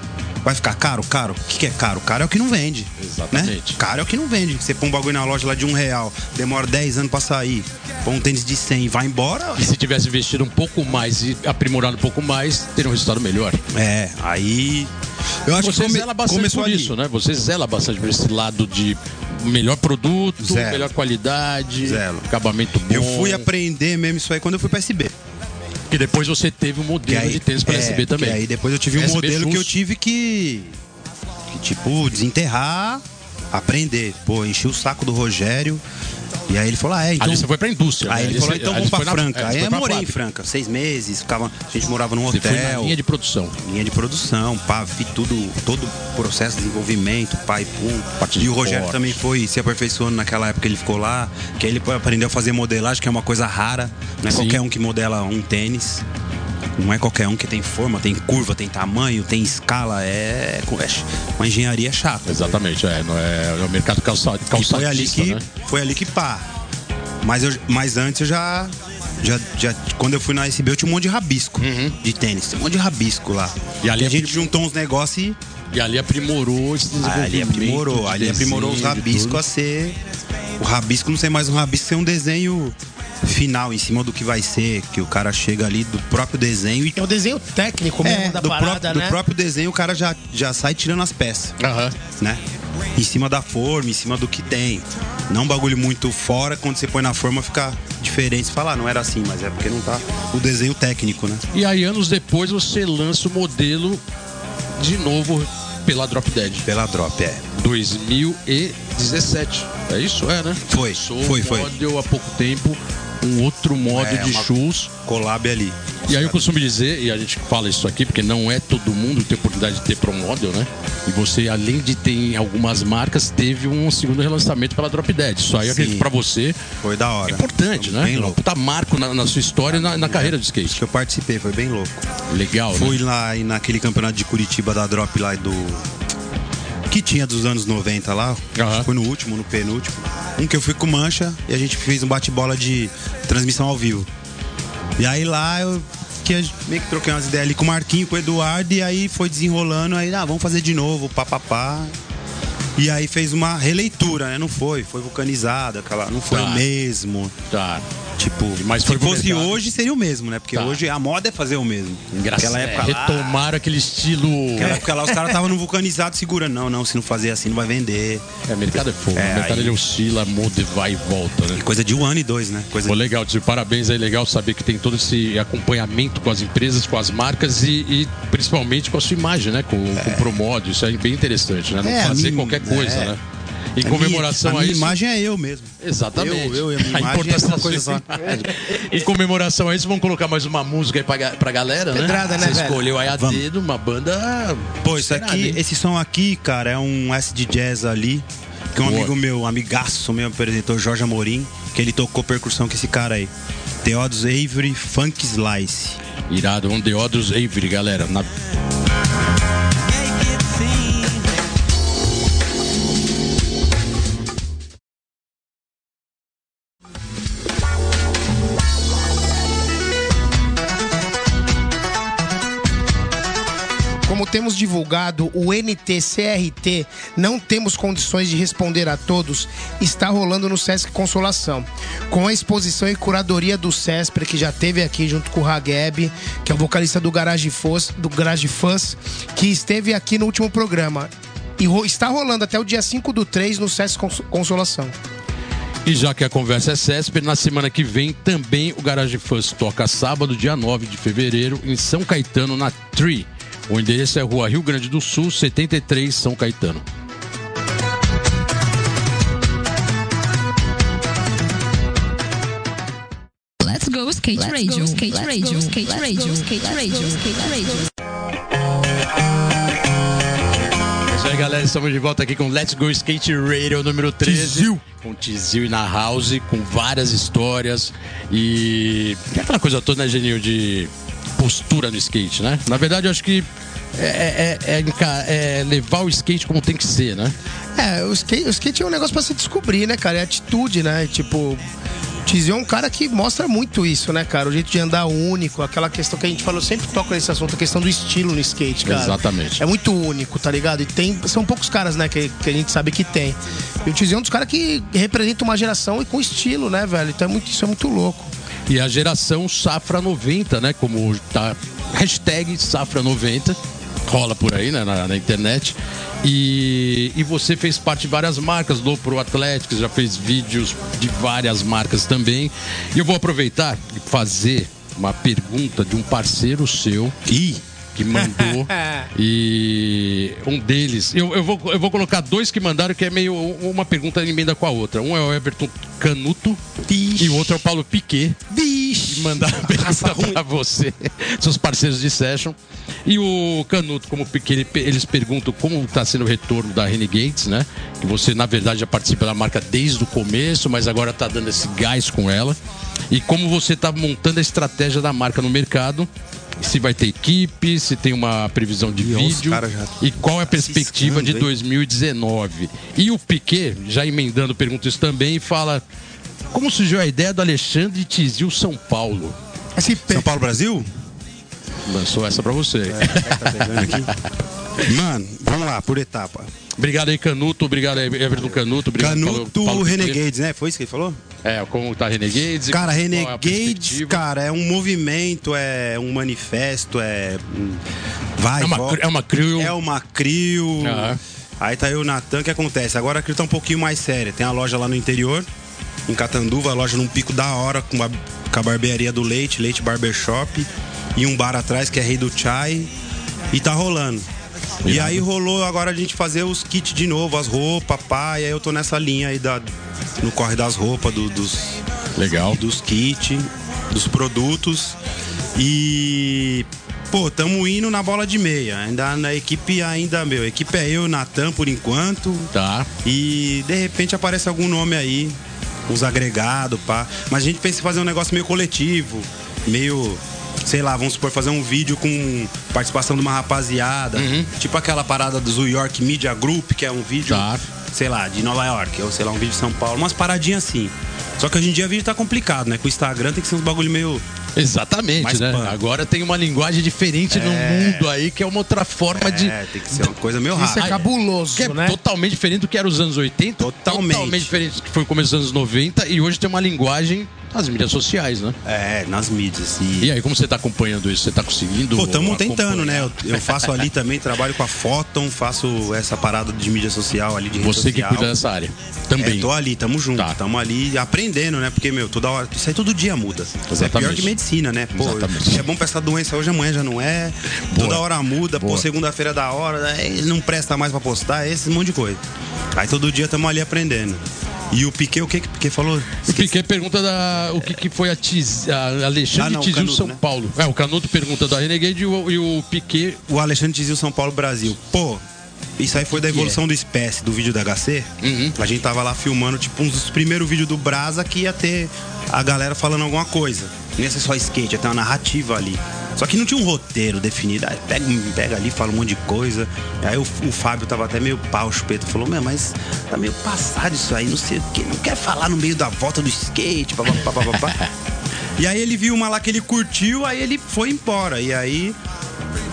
Vai ficar caro? Caro. O que, que é caro? Caro é o que não vende. Exatamente. Né? Caro é o que não vende. Você põe um bagulho na loja lá de um real, demora 10 anos pra sair, põe um tênis de 100 e vai embora. E se tivesse investido um pouco mais e aprimorado um pouco mais, teria um resultado melhor. É, aí. Eu acho Você que come- zela bastante começou por ali. isso, né? Você zela bastante por esse lado de melhor produto, Zelo. melhor qualidade, Zelo. acabamento bom. Eu fui aprender mesmo isso aí quando eu fui pra SB. Que depois você teve um Que modelo aí- de tênis para é, SB também. que aí depois eu tive um SB modelo que eu Shoes. tive que, que, tipo, desenterrar, aprender. Pô, enchi o saco do Rogério. E aí ele falou, ah, é, então... Ali você foi pra indústria. Aí né? ele Ali falou, você- então ali vamos você pra foi na- Franca. você Aí foi eu pra morei em fábrica. Franca, seis meses, ficava, a gente morava num Você foi na hotel, linha de produção. linha de produção, pá, vi tudo, todo o processo de desenvolvimento, pai, pum. Parte de E o Rogério corte. também foi se aperfeiçoando naquela época que ele ficou lá, que aí ele aprendeu a fazer modelagem, que é uma coisa rara, não é Sim. qualquer um que modela um tênis. Não é qualquer um que tem forma, tem curva, tem tamanho, tem escala, é, é uma engenharia chata. Exatamente, é. Não é, é o mercado calça, E calçadista, foi ali que né? foi ali que pá. Mas, eu, mas antes eu já, já, já- Quando eu fui na SB, eu tinha um monte de rabisco de tênis. Tem um monte de rabisco lá. Uhum. E ali a é gente pri- juntou uns negócios e. E ali aprimorou esse desenvolvimento. Ah, Ali aprimorou. de Ali aprimorou os desenho, de tudo. rabiscos a ser. O rabisco não ser mais um rabisco, ser um desenho final em cima do que vai ser. Que o cara chega ali do próprio desenho e. É o desenho técnico mesmo É, da do, parada, próprio, né? do próprio desenho o cara já, já sai tirando as peças Aham. né? Em cima da forma, em cima do que tem. Não um bagulho muito fora, quando você põe na forma fica diferente. Você fala, ah, não era assim, mas é porque não tá o desenho técnico, né? E aí, anos depois, você lança o modelo de novo pela Drop Dead. Pela drop, é. 2017. É isso? É, né? Foi, Sou foi, foi. model há pouco tempo, um outro modo É, de uma- shoes. Collab ali. E aí eu costumo dizer, e a gente fala isso aqui, porque não é todo mundo ter oportunidade de ter pro model, né? E você, além de ter em algumas marcas, teve um segundo relançamento pela Drop Dead. Isso aí eu Sim. acredito pra você. Foi da hora. É importante, né? Bem Um louco. puta marco na, na sua história e na, na carreira de Acho skate. que eu participei, foi bem louco. Legal, né? Fui lá e naquele campeonato de Curitiba da drop lá e do. Que tinha dos anos 90 lá. Acho que Foi no último, no penúltimo. Um que eu fui com mancha e a gente fez um bate-bola de transmissão ao vivo. E aí lá eu que a gente- meio que troquei umas ideias ali com o Marquinho, com o Eduardo, e aí foi desenrolando, aí, ah, vamos fazer de novo, papapá. E aí fez uma releitura, né? Não foi, foi vulcanizada, aquela. Não foi Tá. o mesmo. Tá. Tipo, Mas se foi pro fosse mercado. hoje seria o mesmo, né? Porque Tá. hoje a moda é fazer o mesmo. Engraçado. É, Aquela época lá, Retomaram aquele estilo. Aquela época lá os caras estavam no vulcanizado segurando. Não, não, se não fazer assim não vai vender. É, mercado é fogo. É, o mercado aí- ele oscila, muda e vai e volta, né? E coisa de um ano e dois, né? Coisa Pô, legal, Tio, parabéns aí, legal saber que tem todo esse acompanhamento com as empresas, com as marcas e, e principalmente com a sua imagem, né? Com, com o Promod, isso é bem interessante, né? Não É, a fazer minha- qualquer coisa, é. né? Em A comemoração minha, a a, minha isso. imagem é eu mesmo. Exatamente. Eu, eu e a minha imagem é importância da uma É. coisa sua só. imagem. Em comemoração a isso, vamos colocar mais uma música aí pra, ga- pra galera, né? Pedrada, né, Você velho? escolheu aí a Vamos. dedo, uma banda. né? Pô, isso esperada, aqui, é- hein? esse som aqui, cara, é um S de jazz ali. Que um Boa. amigo meu, um amigaço meu, apresentou Jorge Amorim, que ele tocou percussão com esse cara aí. Theodos Avery Funk Slice. Irado, um Deodros Avery, galera. Na Como temos divulgado, o NTCRT Não Temos Condições de Responder a Todos está rolando no Sesc Consolação. Com a exposição e curadoria do Cesper, que já teve aqui junto com o Hageb, que é o vocalista do Garage Fuzz, do Garage Fuzz que esteve aqui no último programa. E ro- está rolando até o dia 5 do 3 no Sesc Cons- Consolação. E já que a conversa é CESP, na semana que vem também o Garage Fãs toca sábado, dia 9 de fevereiro, em São Caetano, na Tree. O endereço é Rua Rio Grande do Sul, 73, São Caetano. Let's go skate radio. skate radio. skate radio. skate radio. skate radio. É isso aí, galera. Estamos de volta aqui com Let's Go Skate Radio número 13. Tizil. Com Tizil e na House, com várias histórias. E é aquela coisa toda, né, Geninho, de postura no skate, né? Na verdade, eu acho que é- é- é- é enca- é levar o skate como tem que ser, né? É, o skate, o skate é um negócio pra se descobrir, né, cara? É atitude, né? Tipo, Tizio é um cara que mostra muito isso, né, cara? O jeito de andar único, aquela questão que a gente falou, sempre toca nesse assunto, a questão do estilo no skate, cara. Exatamente. É muito único, tá ligado? E tem, são poucos caras, né, que, que a gente sabe que tem. E o Tizio é um dos caras que representa uma geração e com estilo, né, velho? Então é muito, isso é muito louco. E a geração Safra 90, né? Como tá. Hashtag Safra 90. Rola por aí, né? Na, na internet. E, e você fez parte de várias marcas, do Pro Atlético, já fez vídeos de várias marcas também. E eu vou aproveitar e fazer uma pergunta de um parceiro seu. Ih! Que mandou. e um deles. Eu, eu, vou, eu vou colocar dois que mandaram, que é meio uma pergunta emenda com a outra. Um é o Everton Canuto e o outro é o Paulo Piquet. E mandaram a pergunta pra você, seus parceiros de session. E o Canuto, como Piquet, ele pe- eles perguntam como tá sendo o retorno da Renegades, né? Que você, na verdade, já participa da marca desde o começo, mas agora tá dando esse gás com ela. E como você tá montando a estratégia da marca no mercado. Se vai ter equipe, se tem uma previsão de Ih, olha os vídeo. caras já E qual é a perspectiva ciscando, de hein? 2019? E o Piquet, já emendando, pergunta isso também e fala: Como surgiu a ideia do Alexandre Tizil São Paulo? Esse São Paulo, Brasil? Lançou essa pra você. É, tá Mano, vamos lá, por etapa. obrigado aí, Canuto. Obrigado aí, Everton Canuto. Obrigado, Canuto Paulo- Paulo Piquet. Renegades, né? Foi isso que ele falou? É, como tá Renegades. e Cara, qual é a Renegades, perspectiva. cara, é um movimento, é um manifesto, é. um- Vai, É uma, volta. cri- é uma crew. É uma Crio. Aham. Aí tá eu, Natan, o que acontece? Agora a Crio tá um pouquinho mais séria. Tem a loja lá no interior, em Catanduva, a loja num pico da hora, com, uma- com a barbearia do Leite, Leite Barbershop, e um bar atrás que é Rei do Chai. E tá rolando. E aí rolou agora a gente fazer os kits de novo, as roupas, pá, e aí eu tô nessa linha aí da, no corre das roupas, do- dos, Legal. dos kits, dos produtos. E, pô, tamo indo na bola de meia. Ainda na equipe, ainda, meu. A equipe é eu, Natan, por enquanto. Tá. E de repente aparece algum nome aí, os agregados, pá. Mas a gente pensa em fazer um negócio meio coletivo, meio. Sei lá, vamos supor, fazer um vídeo com participação de uma rapaziada. Tipo aquela parada do New York Media Group, que é um vídeo, Tá. sei lá, de Nova York, ou sei lá, um vídeo de São Paulo. Umas paradinhas assim. Só que hoje em dia o vídeo tá complicado, né? Com o Instagram tem que ser uns bagulho meio. Exatamente, Mais né? punk. Agora tem uma linguagem diferente no mundo aí, que é uma outra forma de. É, tem que ser uma coisa meio Isso rápida. é cabuloso, Que é né? totalmente diferente do que era os anos 80. Totalmente. diferente do que foi o começo dos anos 90. E hoje tem uma linguagem nas mídias sociais, né? É, nas mídias. E aí, como você tá acompanhando isso? Você tá conseguindo? Pô, estamos acompanhar? tentando, né? Eu, eu faço ali também, trabalho com a Photon, faço essa parada de mídia social ali de rede Você que social. cuida dessa área. Também. É, tô ali, tamo junto, Tá. tamo ali aprendendo, né? Porque, meu, toda hora, isso aí todo dia muda. Isso é Exatamente. pior que medicina, né? Pô, Exatamente. é bom pra essa doença hoje, amanhã já não é. Toda hora muda, Boa. pô, segunda-feira da hora, é, não presta mais pra postar, esse monte de coisa. Aí todo dia tamo ali aprendendo. E o Piquet, o que que o Piquet falou? O Piquet pergunta da, o que, que foi a, Tiz, a Alexandre Ah, não, o Tizil Canuto, São né? Paulo. É, o Canuto pergunta da Renegade e o, e o Piquet. o Alexandre dizia o São Paulo Brasil. Pô, isso aí foi da evolução do espécie do vídeo da HC. A gente tava lá filmando, tipo, um dos primeiros vídeos do Brasa que ia ter a galera falando alguma coisa. Não ia ser só skate, ia ter uma narrativa ali. Só que não tinha um roteiro definido. Aí pega, pega ali, fala um monte de coisa. Aí o, o Fábio tava até meio pau, chupeto. Falou, meu, mas tá meio passado isso aí, não sei o quê. Não quer falar no meio da volta do skate, papapá, papapá. E aí ele viu uma lá que ele curtiu, aí ele foi embora. E aí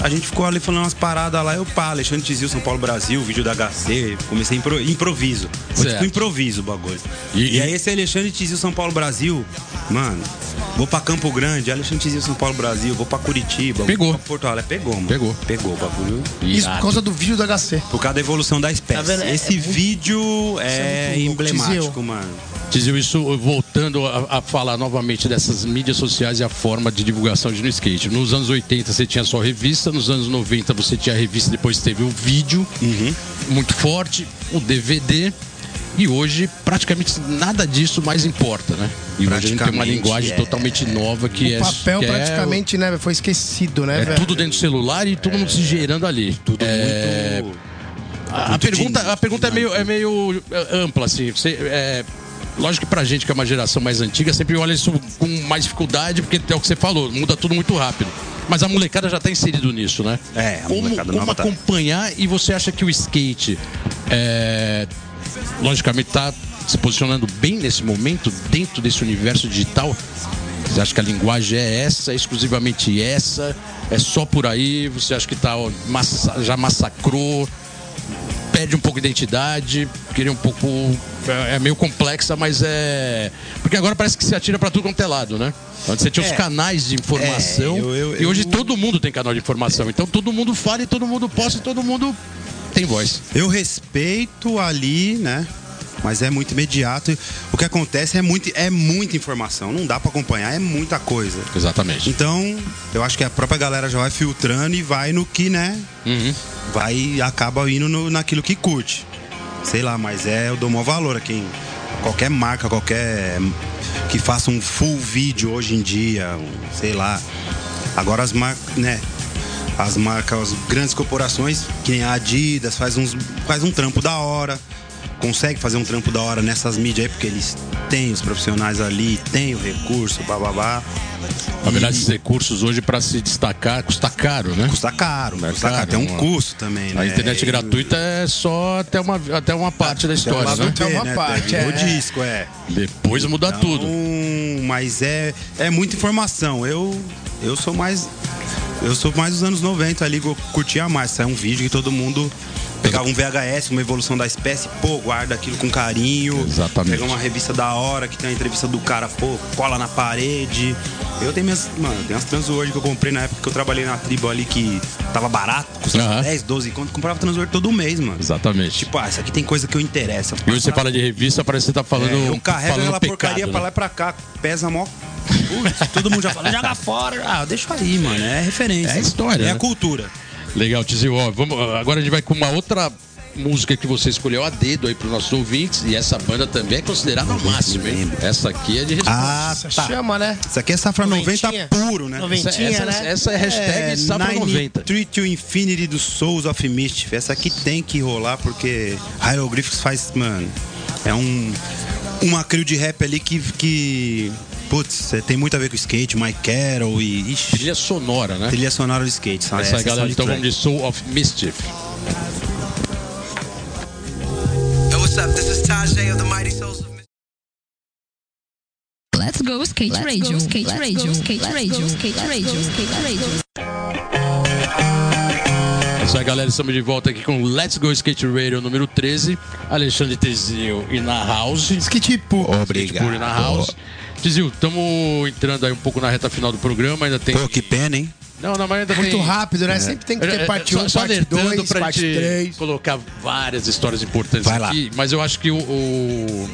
a gente ficou ali falando umas paradas lá, eu pá, Alexandre Tizil, São Paulo Brasil, vídeo da HC, comecei a impro- improviso. Foi Certo. tipo improviso o bagulho. E- E, aí esse Alexandre Tizil, São Paulo Brasil, mano, vou pra Campo Grande, Alexandre Tizil, São Paulo Brasil, vou pra Curitiba, Pegou. vou pra Porto Alegre, pegou, mano. Pegou. Pegou o bagulho. Isso por Irado. causa do vídeo do HC. Por causa da evolução da Tá espécie. vendo? É- Esse é muito- vídeo é é, muito louco, emblemático, Tizil. mano. Tizil, isso voltando a, a falar novamente dessas mídias sociais e a forma de divulgação de no skate. Nos anos 80 você tinha só revista, nos anos 90 você tinha revista, depois teve o vídeo Uhum. muito forte, o DVD. E hoje praticamente nada disso mais importa, né? E hoje a gente tem uma Praticamente, linguagem é. totalmente nova que é. o papel que é- praticamente, né, foi esquecido, né, É, velho? tudo dentro do celular e todo É. mundo se gerando ali. Tudo é, Muito- a Muito pergunta, dinâmico, a pergunta é, meio, é dinâmico. meio é, ampla, assim. Você, é, lógico que pra gente, que é uma geração mais antiga, sempre olha isso com mais dificuldade, porque é o que você falou, muda tudo muito rápido. Mas a molecada já tá inserido nisso, né? É, a como, molecada como nova tá. acompanhar e você acha que o skate é, logicamente tá se posicionando bem nesse momento dentro desse universo digital? Você acha que a linguagem é essa, exclusivamente essa? É só por aí? Você acha que tá, ó, massa- já massacrou? Perde um pouco de identidade? Queria um pouco. É, é meio complexa, mas é. Porque agora parece que se atira pra tudo quanto é lado, né? Antes você tinha os É. canais de informação. É, eu- eu- e hoje eu- É. todo mundo tem canal de informação. Então todo mundo fala e todo mundo posta e todo mundo tem voz. Eu respeito ali, né? Mas é muito imediato. O que acontece é, muito, é muita informação. Não dá pra acompanhar, é muita coisa. Exatamente. Então, eu acho que a própria galera já vai filtrando e vai no que, né? Vai acaba indo no- naquilo que curte. Sei lá, mas é, eu dou maior valor a quem. Qualquer marca, qualquer. que faça um full vídeo hoje em dia, um, sei lá. Agora as marcas, né? As marcas, as grandes corporações, que nem a Adidas, faz, uns, faz um trampo da hora. Consegue fazer um trampo da hora nessas mídias aí, porque eles têm os profissionais ali, têm o recurso, bababá. Na verdade, esses recursos hoje para se destacar custa caro, né? Custa caro, É custa caro, caro. Tem um mano. custo também, né? A internet E- gratuita é só até uma, até uma parte da Tem um história, lado né? B, É uma né? parte, Tem é. O disco, é. Depois muda Então, tudo. Mas é, é muita informação. Eu, eu sou mais... Eu sou mais dos anos 90 ali, eu curtia mais. Saiu um vídeo que todo mundo pegava um VHS, uma evolução da espécie, pô, guarda aquilo com carinho. Exatamente. Pega uma revista da hora, que tem a entrevista do cara, pô, cola na parede. Eu tenho minhas... Mano, tem umas transword que eu comprei na época que eu trabalhei na tribo ali, que tava barato, custava Aham. 10, 12 conto. Comprava transword todo mês, mano. Exatamente. Tipo, ah, isso aqui tem coisa que eu interessa. E hoje você fala de revista, parece que você tá falando. É, eu carrego falando aquela pecado, porcaria né? pra lá e pra cá, pesa mó. Putz, todo mundo já fala, joga fora. Ah, deixa aí, mano. É referência. É história, É né? a cultura. Legal, Tizio. Ó, vamos, agora a gente vai com uma outra música que você escolheu a dedo aí pros nossos ouvintes. E essa banda também é considerada a máxima, hein? Essa aqui é de respeito. Ah, tá. Chama, né? Isso aqui é safra 90 Noventinha. puro, né? Noventinha. essa, essa, né? essa é hashtag Safra 90. Treat to Infinity do Souls of Mischief. Essa aqui tem que rolar porque Hieroglyphics faz, mano. É um uma crew de rap ali que que putz, tem muito a ver com skate, Mike Carroll e ixi, Trilha sonora, né? trilha sonora do skate, sabe? Essa É, Essa galera, então soundtrack. vamos de Soul of Mischief. Yo, what's up? This is Tajay of the Mighty Souls of Let's go skate radio. Skate radio. Skate radio. Skate radio. Skate radio. É isso aí, galera. Estamos de volta aqui com Let's Go Skate Radio número 13. Alexandre Tezinho e na House. Que tipo? Obrigado. Puri na House. Tizil, estamos entrando aí um pouco na reta final do programa. Ainda tem. Pô, que pena, hein? Não, não, mas ainda Muito tem. rápido, né? Sempre tem que É, ter é, parte só- 1, só parte alertando 2, pra parte gente 3. colocar várias histórias importantes Vai lá. aqui, mas eu acho que o, o-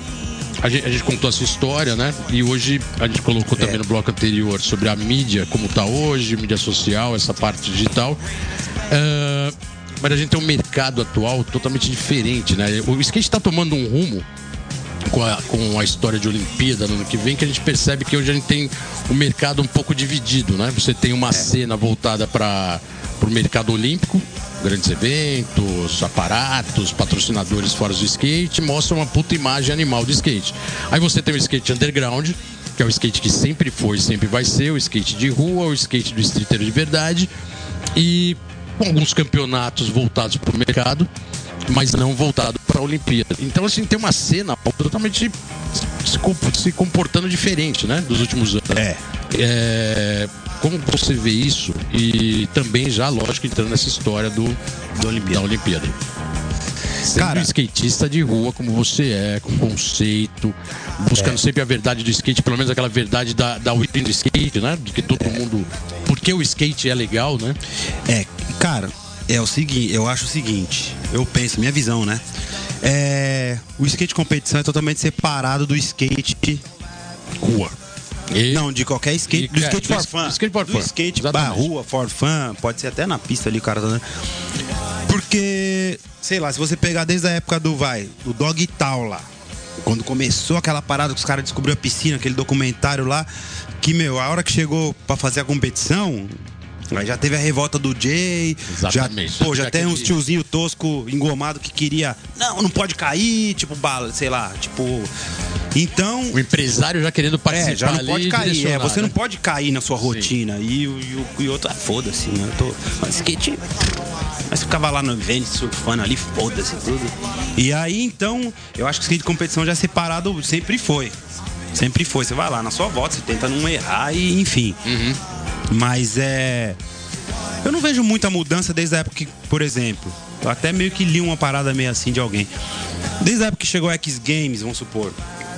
a, gente, a gente contou essa história, né? E hoje a gente É. colocou também no bloco anterior sobre a mídia, como tá hoje, mídia social, essa parte digital. Ah, mas a gente tem um mercado atual totalmente diferente, né? O skate está tomando um rumo com a, com a história de Olimpíada no ano que vem, que a gente percebe que hoje a gente tem o mercado um pouco dividido, né? Você tem uma cena voltada para o mercado olímpico, grandes eventos, aparatos, patrocinadores fora do skate, mostra uma puta imagem animal de skate. Aí você tem o skate underground, que é o skate que sempre foi e sempre vai ser, o skate de rua, o skate do streeter de verdade, e com alguns campeonatos voltados para o mercado mas não voltado para a Olimpíada. Então, assim, tem uma cena totalmente se com- se comportando diferente, né? Dos últimos anos. É. É, Como você vê isso? E também já, lógico, entrando nessa história do, Da Olimpíada. da Olimpíada. Sendo Cara- um skatista de rua, como você é, com conceito, É. buscando sempre a verdade do skate, pelo menos aquela verdade da, da origem do skate, né? Do que todo mundo. Porque o skate é legal, né? É, cara, é o seguinte, eu acho o seguinte, eu penso, minha visão, né? É, o skate de competição é totalmente separado do skate. Rua. E- Não, de qualquer skate. E- Do é, skate do for es- fun. do skate for do fun, skate exatamente. pra rua, for fun. Pode ser até na pista ali, o cara. Tá dando. Porque, sei lá, se você pegar desde a época do vai, do Dog Tal lá. Quando começou aquela parada que os caras descobriu a piscina, aquele documentário lá, que, meu, a hora que chegou pra fazer a competição, aí já teve a revolta do Jay, Exatamente. já, pô, já Já tem aquele- uns tiozinho tosco, engomado, que queria, não, não pode cair, tipo, bala, sei lá, tipo, Então, O empresário já querendo participar é, já não ali pode e cair. É, direcionar, você né? não pode cair na sua rotina. E, o- e, o- e outro, ah, foda-se, né? Eu tô. Mas skate. Mas ficava lá no evento surfando ali, foda-se tudo. E aí então, eu acho que o skate de competição já é separado sempre foi. Sempre foi. Você vai lá na sua volta, você tenta não errar e enfim. Mas é. Eu não vejo muita mudança desde a época que, por exemplo, eu até meio que li uma parada meio assim de alguém. Desde a época que chegou a X Games, vamos supor.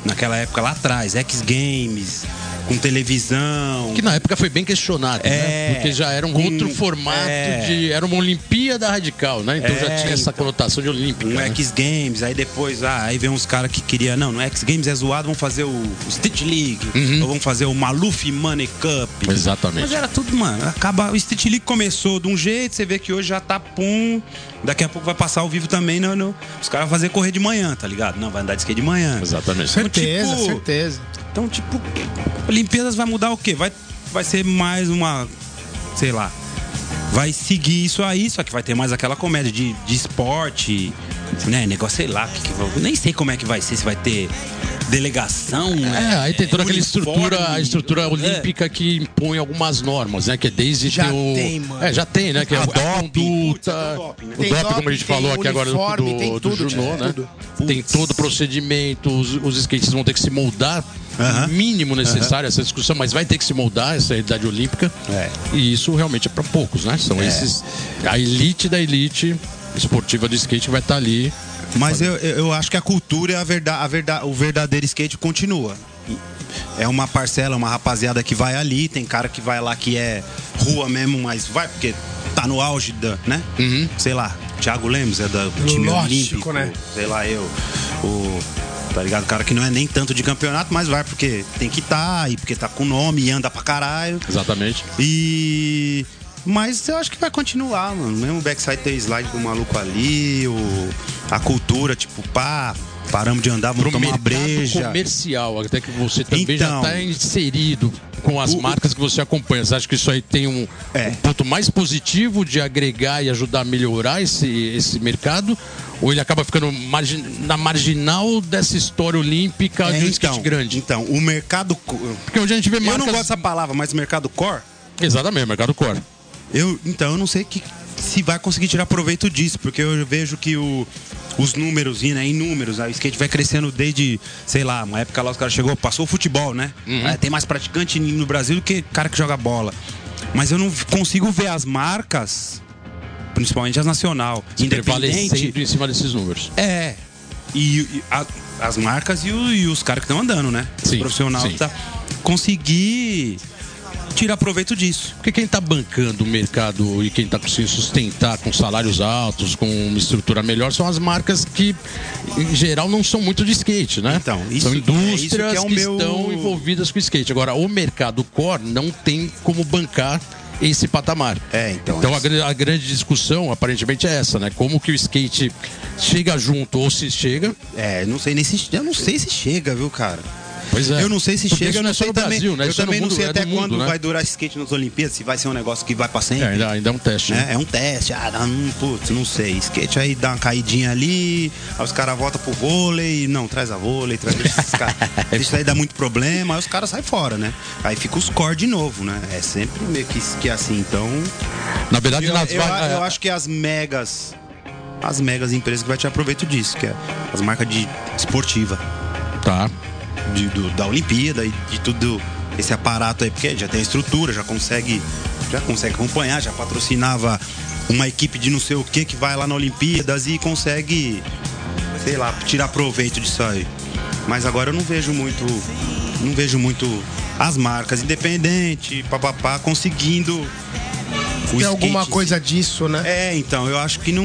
Naquela época lá atrás, X Games, com televisão. Que na época foi bem questionado, né? É. Porque já era um Com- outro formato é. de. Era uma Olimpíada radical, né? Então já É, tinha essa então. conotação de Olímpica. Um né? X Games, aí depois, ah, aí vem uns caras que queria, não, no X Games é zoado, vamos fazer o, o Street League, ou vamos fazer o Maluf Money Cup. é. Mas Exatamente. era tudo, mano. Acaba, o Street League começou de um jeito, você vê que hoje já tá pum. Daqui a pouco vai passar ao vivo também. Não, não. Os caras vão fazer correr de manhã, tá ligado? Não, vai andar de skate de manhã. Exatamente. Certeza, tipo- certeza. Então, tipo, Olimpíadas vai mudar o quê? Vai, vai ser mais uma. Sei lá. Vai seguir isso aí, só que vai ter mais aquela comédia de, de esporte, né? Negócio, sei lá, que, que vai- nem sei como é que vai ser, se vai ter delegação. É, aí tem toda aquela uniforme. estrutura, a estrutura É. olímpica que impõe algumas normas, né? Que é desde Já ter o. tem, mano. tá, É, já tem, né? Que é Ah, a doping. conduta. O Putz, é doping, do doping, né? um Tem como a gente doping, falou tem aqui agora do, uniforme, do, tem do tudo, Junô, é, né? tudo. Tem todo o procedimento, os, os skatistas vão ter que se moldar. o Mínimo necessário essa discussão, mas vai ter que se moldar essa realidade olímpica. É. E isso realmente é para poucos, né? São esses. A elite da elite esportiva do skate vai estar ali. Mas eu, eu eu acho que a cultura e a verdade, a verda- o verdadeiro skate continua. É uma parcela, uma rapaziada que vai ali, tem cara que vai lá que é rua mesmo, mas vai porque tá no auge da, né? Sei lá, Thiago Lemos é da, do time Uhum. Lógico, olímpico, né? sei lá eu, o tá ligado? O cara que não é nem tanto de campeonato, mas vai porque tem que tá, e porque tá com nome e anda pra caralho. Exatamente. E. Mas eu acho que vai continuar, mano. Mesmo o backside tem slide do maluco ali, o... a cultura, tipo, pá, paramos de andar, vamos pro tomar Então, uma mercado breja. comercial, até que você também Então. já está inserido com as O- o- marcas que você acompanha. Você acha que isso aí tem um, É. um ponto mais positivo de agregar e ajudar a melhorar esse, esse mercado? Ou ele acaba ficando margin- na marginal dessa história olímpica É, de um skate grande? então, o mercado. co- Porque hoje a gente vê marcas... Eu não gosto dessa palavra, mas mercado core, Exatamente, mercado core. eu, então eu não sei que, se vai conseguir tirar proveito disso, porque eu vejo que o, os números, e, né, em números, aí o skate vai crescendo desde, sei lá, uma época lá os caras chegou, passou o futebol, né? Uhum. Aí tem mais praticante no Brasil do que cara que joga bola. Mas eu não consigo ver as marcas, principalmente as nacional, independente, Prevalecendo em cima desses números. é. E, e a- as marcas e, o- e os caras que estão andando, né? Sim, o profissional sim. tá conseguir tirar proveito disso. Porque quem está bancando o mercado e quem está conseguindo sustentar com salários altos, com uma estrutura melhor, são as marcas que, em geral, não são muito de skate, né? Então, isso- são é isso que indústrias é que, o meu- estão envolvidas com skate. Agora, o mercado core não tem como bancar esse patamar. É, então, Então, é a, gran- a grande discussão, aparentemente, é essa, né? Como que o skate chega junto ou se chega. É, não sei nem se eu não sei se chega, viu, cara. Pois é. Eu não sei se Porque chega, não é eu só sei no também, Brasil, né? eu Isso é no também não mundo, sei é até do mundo, quando né? vai durar skate nas Olimpíadas, se vai ser um negócio que vai pra É, sempre. ainda, ainda é um teste. né? né? É um teste, ah, dá um, putz, não sei. Skate aí dá uma caidinha ali, aí os caras voltam pro vôlei, não, traz a vôlei, traz deixa esses caras. Deixa isso aí dá muito problema, aí os caras saem fora, né? Aí fica os core de novo, né? É sempre meio que, que assim, então. Na verdade, Eu, nas eu- va- é, eu acho que as megas. As megas empresas que vai tirar proveito disso, que é as marcas de esportiva. Tá. de- do- da Olimpíada e de tudo esse aparato aí, porque já tem a estrutura, já consegue, já consegue acompanhar, já patrocinava uma equipe de não sei o que que vai lá na Olimpíadas e consegue, sei lá, tirar proveito disso aí. Mas agora eu não vejo muito, não vejo muito as marcas independente, papapá, conseguindo o Tem alguma skate em si. coisa disso, né? É, então, eu acho que não.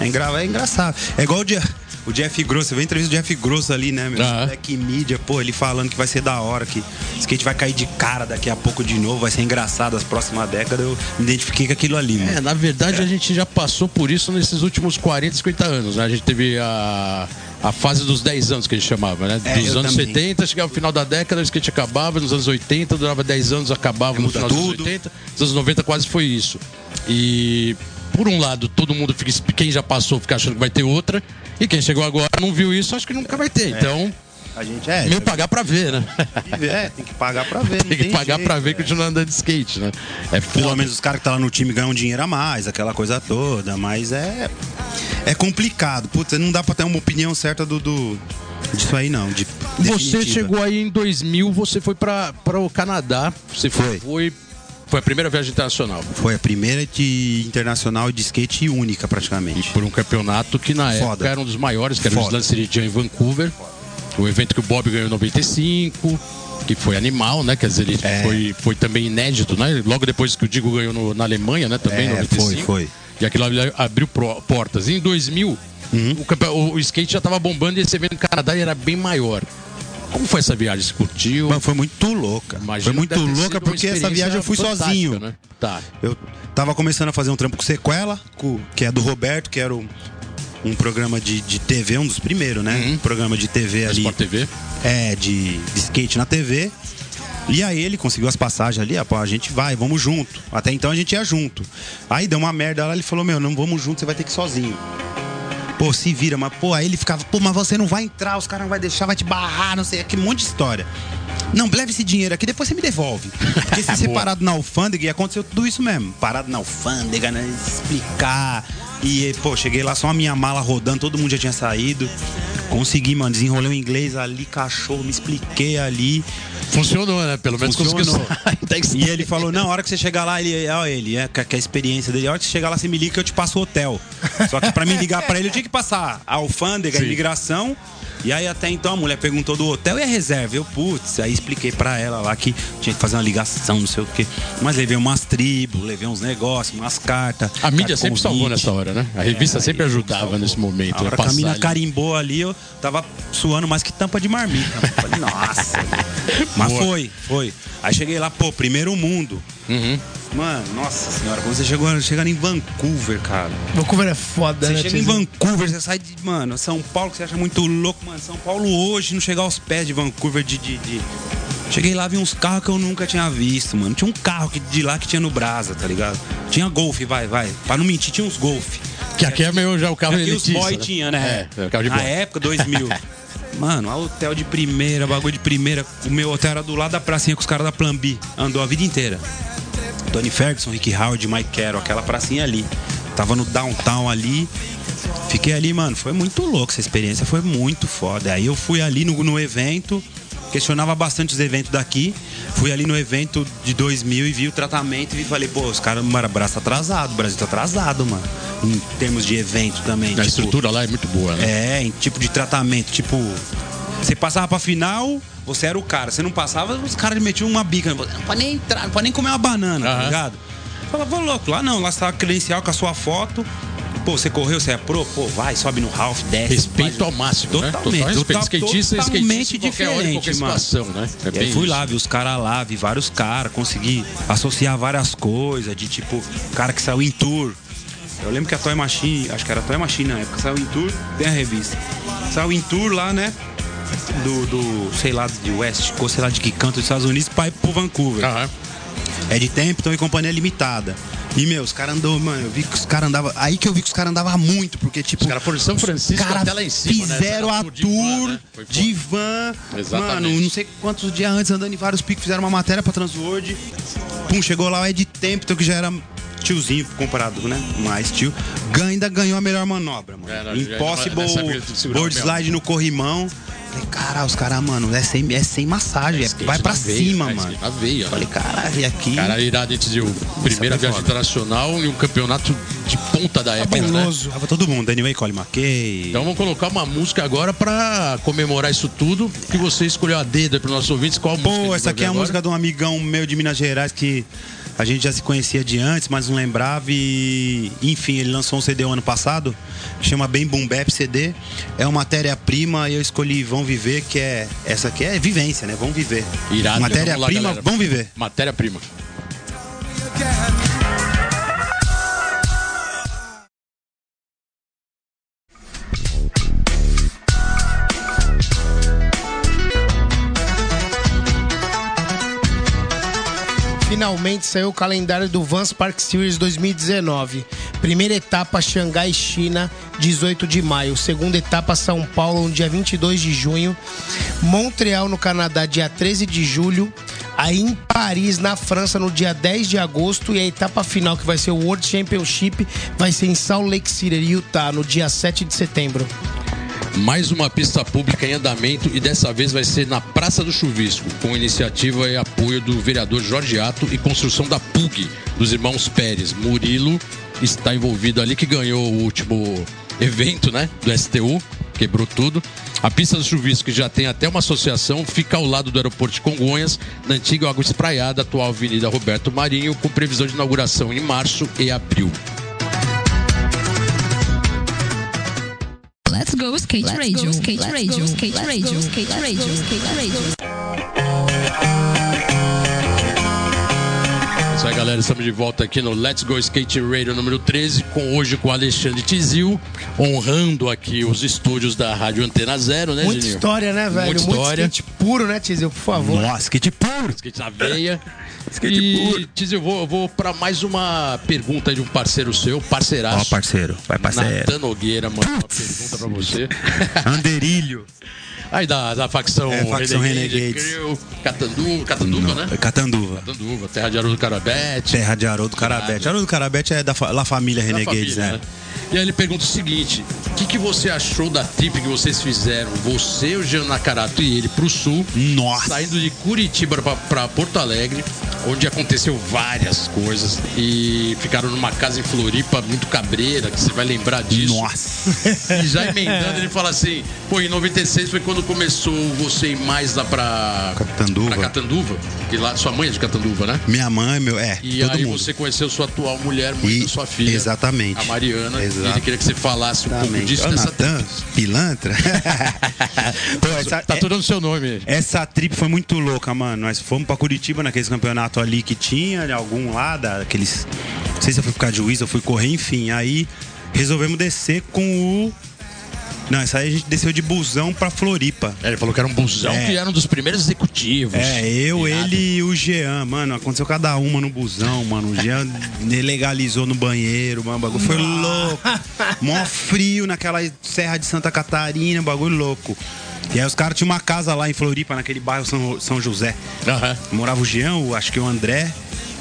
É, engra... é engraçado. É igual o Jeff, o Jeff Grosso, eu vi a entrevista do Jeff Grosso ali, né, meu? Aham. Black Media, pô, ele falando que vai ser da hora, que skate vai cair de cara daqui a pouco de novo, vai ser engraçado as próximas décadas. Eu me identifiquei com aquilo ali, É, mano. na verdade a gente já passou por isso nesses últimos 40, 50 anos, né? A gente teve a, a fase dos 10 anos que a gente chamava, né? É, dos eu anos também. 70, chegava o final da década, o skate acabava, nos anos 80, durava 10 anos, acabava no Muda final dos tudo. 80, nos anos 90 quase foi isso. E por um lado, todo mundo fica, quem já passou fica achando que vai ter outra, e quem chegou agora não viu isso, acho que nunca vai ter. Então, A gente é. Meio pagar pra ver, né? É, tem que pagar pra ver. não Tem que pagar jeito, é. pra ver e cara. continuar andando de skate, né? É Pelo foda. menos os caras que tá lá no time ganham dinheiro a mais, aquela coisa toda, mas é. É complicado. Putz, não dá pra ter uma opinião certa do. do- disso aí não. De, Você definitiva. chegou aí em 2000, você foi pra, pra o Canadá. Você foi. Foi. Foi, a primeira viagem internacional. Foi a primeira de internacional de skate e única, praticamente. Por um campeonato que na Foda. época era um dos maiores, que era o Foda. Slancery Jam em Vancouver. O evento que o Bob ganhou em 95, que foi animal, né? Quer dizer, ele É. foi, foi também inédito, né? Logo depois que o Digo ganhou no- na Alemanha, né? Também em É, 95. foi, foi. E aquilo ali abriu pro- portas. E em 2000, o, campe- o- o skate já tava bombando e esse evento no Canadá era bem maior. Como foi essa viagem? Você curtiu? Mano, foi muito louca. Imagino foi que muito deve ter sido louca uma porque essa experiência viagem eu fui fantástica, sozinho. né? Tá. Eu tava começando a fazer um trampo com sequela, com- que é do Roberto, que era um, um programa de, de TV, um dos primeiros, né? Um programa de TV Na ali. Uhum. Sport TV. É, de, de skate na TV. E aí ele conseguiu as passagens ali, ah, pô, a gente vai, vamos junto. Até então a gente ia junto. Aí deu uma merda lá, ele falou, meu, não vamos junto, você vai ter que ir sozinho. Pô, se vira, mas pô, aí ele ficava, pô, mas você não vai entrar, os caras não vai deixar, vai te barrar, não sei, que monte de história. Não, leve esse dinheiro aqui, depois você me devolve. Porque se você parado na alfândega, e aconteceu tudo isso mesmo. Parado na alfândega, né? Explicar. E, pô, cheguei lá só a minha mala rodando, todo mundo já tinha saído. Consegui, mano, desenrolei o inglês ali, cachorro, me expliquei ali. Funcionou, né? Pelo menos Funcionou. conseguiu sair da E história. ele falou: não, a hora que você chegar lá, ele, ó, ele, é, que que a experiência dele, a hora que você chegar lá, você me liga que eu te passo o hotel. Só que pra mim ligar pra ele, eu tinha que passar a alfândega, Sim. a imigração. E aí até então a mulher perguntou do hotel e a reserva. Eu, putz, aí expliquei pra ela lá que tinha que fazer uma ligação, não sei o quê. Mas levei umas tribos, levei uns negócios, umas cartas. A mídia carta sempre convite. salvou nessa hora, né? A revista É, aí, sempre ajudava salvou. nesse A momento. né? hora que a Passar mina ali. carimbou ali, eu tava suando mais que tampa de marmita. Eu Falei, nossa. Mas Boa. foi, foi. Aí cheguei lá, pô, primeiro mundo. Uhum. Mano, nossa senhora, quando você chegou chegando em Vancouver, cara. Vancouver é foda, Você né? chega em Tiazinho? Vancouver, você sai de, mano, São Paulo, que você acha muito louco, mano. São Paulo hoje não chegar aos pés de Vancouver de. de- de- Cheguei lá, vi uns carros que eu nunca tinha visto, mano. Tinha um carro que, de lá que tinha no Brasa, tá ligado? Tinha Golf, vai, vai. Pra não mentir, tinha uns Golf. Que aqui é meu, já o carro Aqui os elitista, boy tinha, né? É, é o carro de Na boy. época, 2000. Mano, a hotel de primeira, bagulho de primeira. O meu hotel era do lado da pracinha com os caras da Plambi. Andou a vida inteira. Tony Ferguson, Rick Howard, Mike Carroll, aquela pracinha ali. Tava no downtown ali. Fiquei ali, mano. Foi muito louco essa experiência. Foi muito foda. Aí eu fui ali no, no evento. Questionava bastante os eventos daqui. Fui ali no evento de 2000 e vi o tratamento e falei, pô, os caras, mano, o braço tá atrasado, o Brasil tá atrasado, mano. Em termos de evento também. A tipo, estrutura lá é muito boa, né? é, em tipo de tratamento, tipo. Você passava pra final, você era o cara. Você não passava, os caras metiam uma bica. Não pode nem entrar, não pode nem comer uma banana, Aham. tá ligado? Fala, vou louco, lá não, lá você tá credencial com a sua foto. Pô, você correu, você é pro, pô, vai, sobe no Ralph, desce. Respeito faz- ao máximo, né? É, Totalmente, Total respeito. total- Skatista, skatista, em totalmente qualquer hora, em qualquer diferente, mano. situação, né? É E aí bem fui isso. lá, vi os caras lá, vi vários caras, consegui associar várias coisas, de tipo, cara que saiu em tour. Eu lembro que a Toy Machine, acho que era a Toy Machine na época, saiu em tour, tem a revista. Saiu em tour lá, né? Do, do sei lá, de West Coast, sei lá de que canto dos Estados Unidos, pra ir pro Vancouver. Aham. É de Tempton e Companhia Limitada. E, meu, os caras andou, mano, eu vi que os caras andavam. Aí que eu vi que os caras andavam muito, porque, tipo. Os caras foram de São os Francisco caras até lá em cima, né? Fizeram Essa a tour de van, tour né? Foi foda. de van. Exatamente. Mano, não sei quantos dias antes, andando em vários picos, fizeram uma matéria pra Transworld. Pum, chegou lá é o Ed Tempton, então, que já era tiozinho comparado, né? Mais tio. Gan- ainda ganhou a melhor manobra, mano. Era, É, já era Impossible nessa época de segurar board o mel. slide no corrimão. Falei, caralho, os caras, mano, é sem, é sem massagem. é- skate vai pra na veia, cima, né? mano. Skate Na veia, né? Falei, caralho, e aqui. Cara, irado, a gente deu primeira foi viagem foda. Tá internacional e um campeonato de ponta da época, né? Tava todo mundo, Anyway, Colin McKay. Então vamos colocar uma música agora pra comemorar isso tudo. Que você escolheu a dedo aí pros nossos ouvintes. Qual música? Pô, essa aqui é a música de um amigão meu de Minas Gerais que a gente já se conhecia de antes, mas não lembrava. E, enfim, ele lançou um CD o ano passado, chama Bem Boom Bap CD. É uma matéria-prima e eu escolhi Vão Viver, que é. Essa aqui é vivência, né? Vão Viver. Irado. Então, Vamos lá, Matéria-prima, galera. Vão Viver. Matéria-prima. Finalmente saiu o calendário do Vans Park Series 2019. Primeira etapa, Xangai, China, 18 de maio. Segunda etapa, São Paulo, no dia 22 de junho. Montreal, no Canadá, dia 13 de julho. Aí em Paris, na França, no dia 10 de agosto. E a etapa final, que vai ser o World Championship, vai ser em Salt Lake City, Utah, no dia 7 de setembro. Mais uma pista pública em andamento e dessa vez vai ser na Praça do Chuvisco, com iniciativa e apoio do vereador Jorge Ato e construção da PUG dos irmãos Pérez. Murilo está envolvido ali, que ganhou o último evento, né? Do STU, quebrou tudo. A pista do Chuvisco, que já tem até uma associação, fica ao lado do aeroporto de Congonhas, na antiga Água Espraiada, atual Avenida Roberto Marinho, com previsão de inauguração em março e abril. Let's go skate radio, skate radio, skate radio, skate radio, skate radio. É Isso aí, galera. Estamos de volta aqui no Let's Go Skate Radio número 13, com hoje com o Alexandre Tizil, honrando aqui os estúdios da Rádio Antena Zero, né, Muita Geninho? história, né, velho? Muita história. Muito skate puro, né, Tizil? Por favor. Nossa, que tipo puro. Skate na veia. e, Tizil, vou, eu vou para mais uma pergunta aí de um parceiro seu, Ó, parceiraço. parceiro, é vai parceiro. Natan Nogueira, mano, uma pergunta pra você. Anderilho. Aí da, da facção, É, facção Renegades. Crew, Catandu, Catanduva, é né? Catanduva. Catanduva, Terra de Arudo Carabete. Terra de Haroldo Carabete. Haroldo Carabete é da fa- La Família da Renegades, família, né? E aí ele pergunta o seguinte: o que, que você achou da trip que vocês fizeram, você, o Jean Nakarato e ele, pro sul, Nossa. saindo de Curitiba pra- pra Porto Alegre, onde aconteceu várias coisas e ficaram numa casa em Floripa muito cabreira, que você vai lembrar disso. Nossa. E já emendando, ele fala assim: pô, em 96 foi quando começou você ir mais lá pra Catanduva. pra Catanduva, que lá sua mãe é de Catanduva, né? Minha mãe, meu, é, E todo aí mundo. você conheceu sua atual mulher, mãe E- da sua filha. exatamente. A Mariana. Exato. E ele queria que você falasse um pouco disso Ô, nessa Natan, pilantra. Pô, essa, Tá tudo no seu nome. é, Essa trip foi muito louca, mano. Nós fomos pra Curitiba naqueles campeonato ali que tinha, de algum lá, daqueles. Não sei se eu fui ficar juiz, eu fui correr, enfim. Aí resolvemos descer com o. Não, essa aí a gente desceu de busão pra Floripa. É, Ele falou que era um busão, É. que era um dos primeiros executivos. É, eu, Irado. ele e o Jean, mano. Aconteceu cada uma no busão, mano. O Jean legalizou no banheiro, mano. O bagulho foi louco. Mó frio naquela Serra de Santa Catarina, bagulho louco. E aí os caras tinham uma casa lá em Floripa, naquele bairro São, São José. Aham. Morava o Jean, o- acho que o André,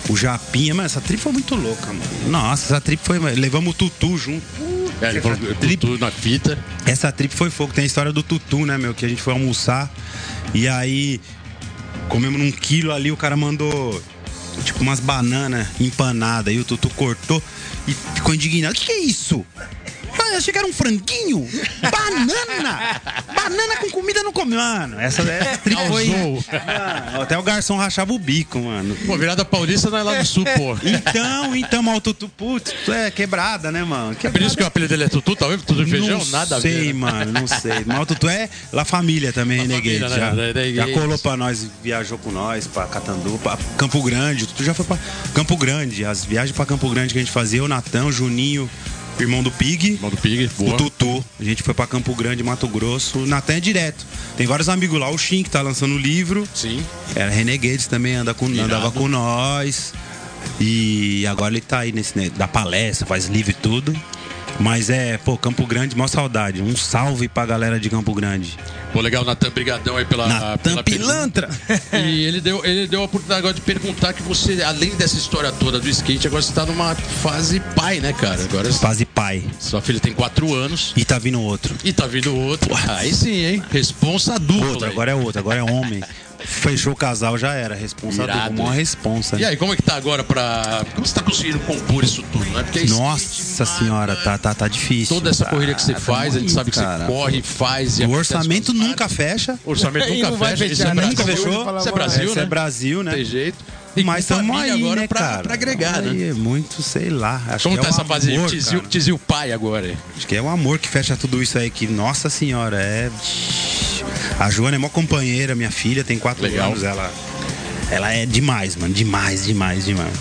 o Japinha. Mano, essa trip foi muito louca, mano. Nossa, essa trip foi. Levamos o Tutu junto. É, ele falou que Trip- tudo na fita. essa trip foi fogo. Tem a história do Tutu, né, meu? Que a gente foi almoçar e aí comemos num quilo ali, o cara mandou tipo umas bananas empanadas. E o Tutu cortou e ficou indignado. O que, que é isso? Ah, eu achei que era um franguinho. Banana! Banana com comida no come. Mano, essa, essa trip foi. Causou. Mano, até o garçom rachava o bico, mano. Pô, virada paulista não é lá do sul, pô. Então, então, mal Tutu, putz, é quebrada, né, mano? É por isso que o apelido dele é Tutu, talvez, Tutu de Feijão, não nada a ver. sei, né? mano, não sei. Mal tu é La Família também, La Renegade. Família, já, né? já Renegades. colou pra nós, viajou com nós, pra Catandu, pra Campo Grande. Tu já foi pra Campo Grande. As viagens pra Campo Grande que a gente fazia, eu, Natan, o Juninho, irmão do Pig. Irmão do Pig, O boa. Tutu, a gente foi pra Campo Grande, Mato Grosso, o Natan é direto. Tem vários amigos lá, o Shin que tá lançando o livro. Sim. Era Renegades também, anda com, Irado. andava com nós. E agora ele tá aí nesse né, da palestra, faz livro e tudo. Mas é, pô, Campo Grande, maior saudade. Um salve pra galera de Campo Grande. Pô, legal, Natan, brigadão aí pela... Natan Ah, pela pergunta. Pilantra! E ele deu, ele deu a oportunidade agora de perguntar que você, além dessa história toda do skate, agora você tá numa fase pai, né, cara? Agora tá, Fase pai. sua filha tem quatro anos E tá vindo outro. e tá vindo outro. Aí sim, hein? Responsa dupla. Outro, hein? agora é outro, agora é homem. Fechou o casal, já era. Responsa Irado, dupla, maior hein? responsa. E né? aí, como é que tá agora pra. Como você tá conseguindo compor isso tudo, né? Porque é skate, Nossa mano, senhora, tá, tá, tá difícil. Toda essa Tá, corrida que você tá faz, a gente muito, sabe que você cara. corre, faz e O acontece orçamento coisas nunca fecha. O é orçamento E nunca não vai fecha. Isso fechar, é né? Nunca Brasil. fechou? Isso é Brasil, Esse né? é Brasil, né? Não tem jeito. E Mas com estamos família aí, agora né, pra, cara? pra agregar, né? Aí, muito, sei lá. Acho Como que tá é um essa fase de amor, tizil, cara. tizil pai agora? hein? Acho que é o amor que fecha tudo isso aí, que, nossa senhora, é... A Joana é mó companheira, minha filha, tem quatro Legal. anos, ela... Ela é demais, mano, demais, demais, demais.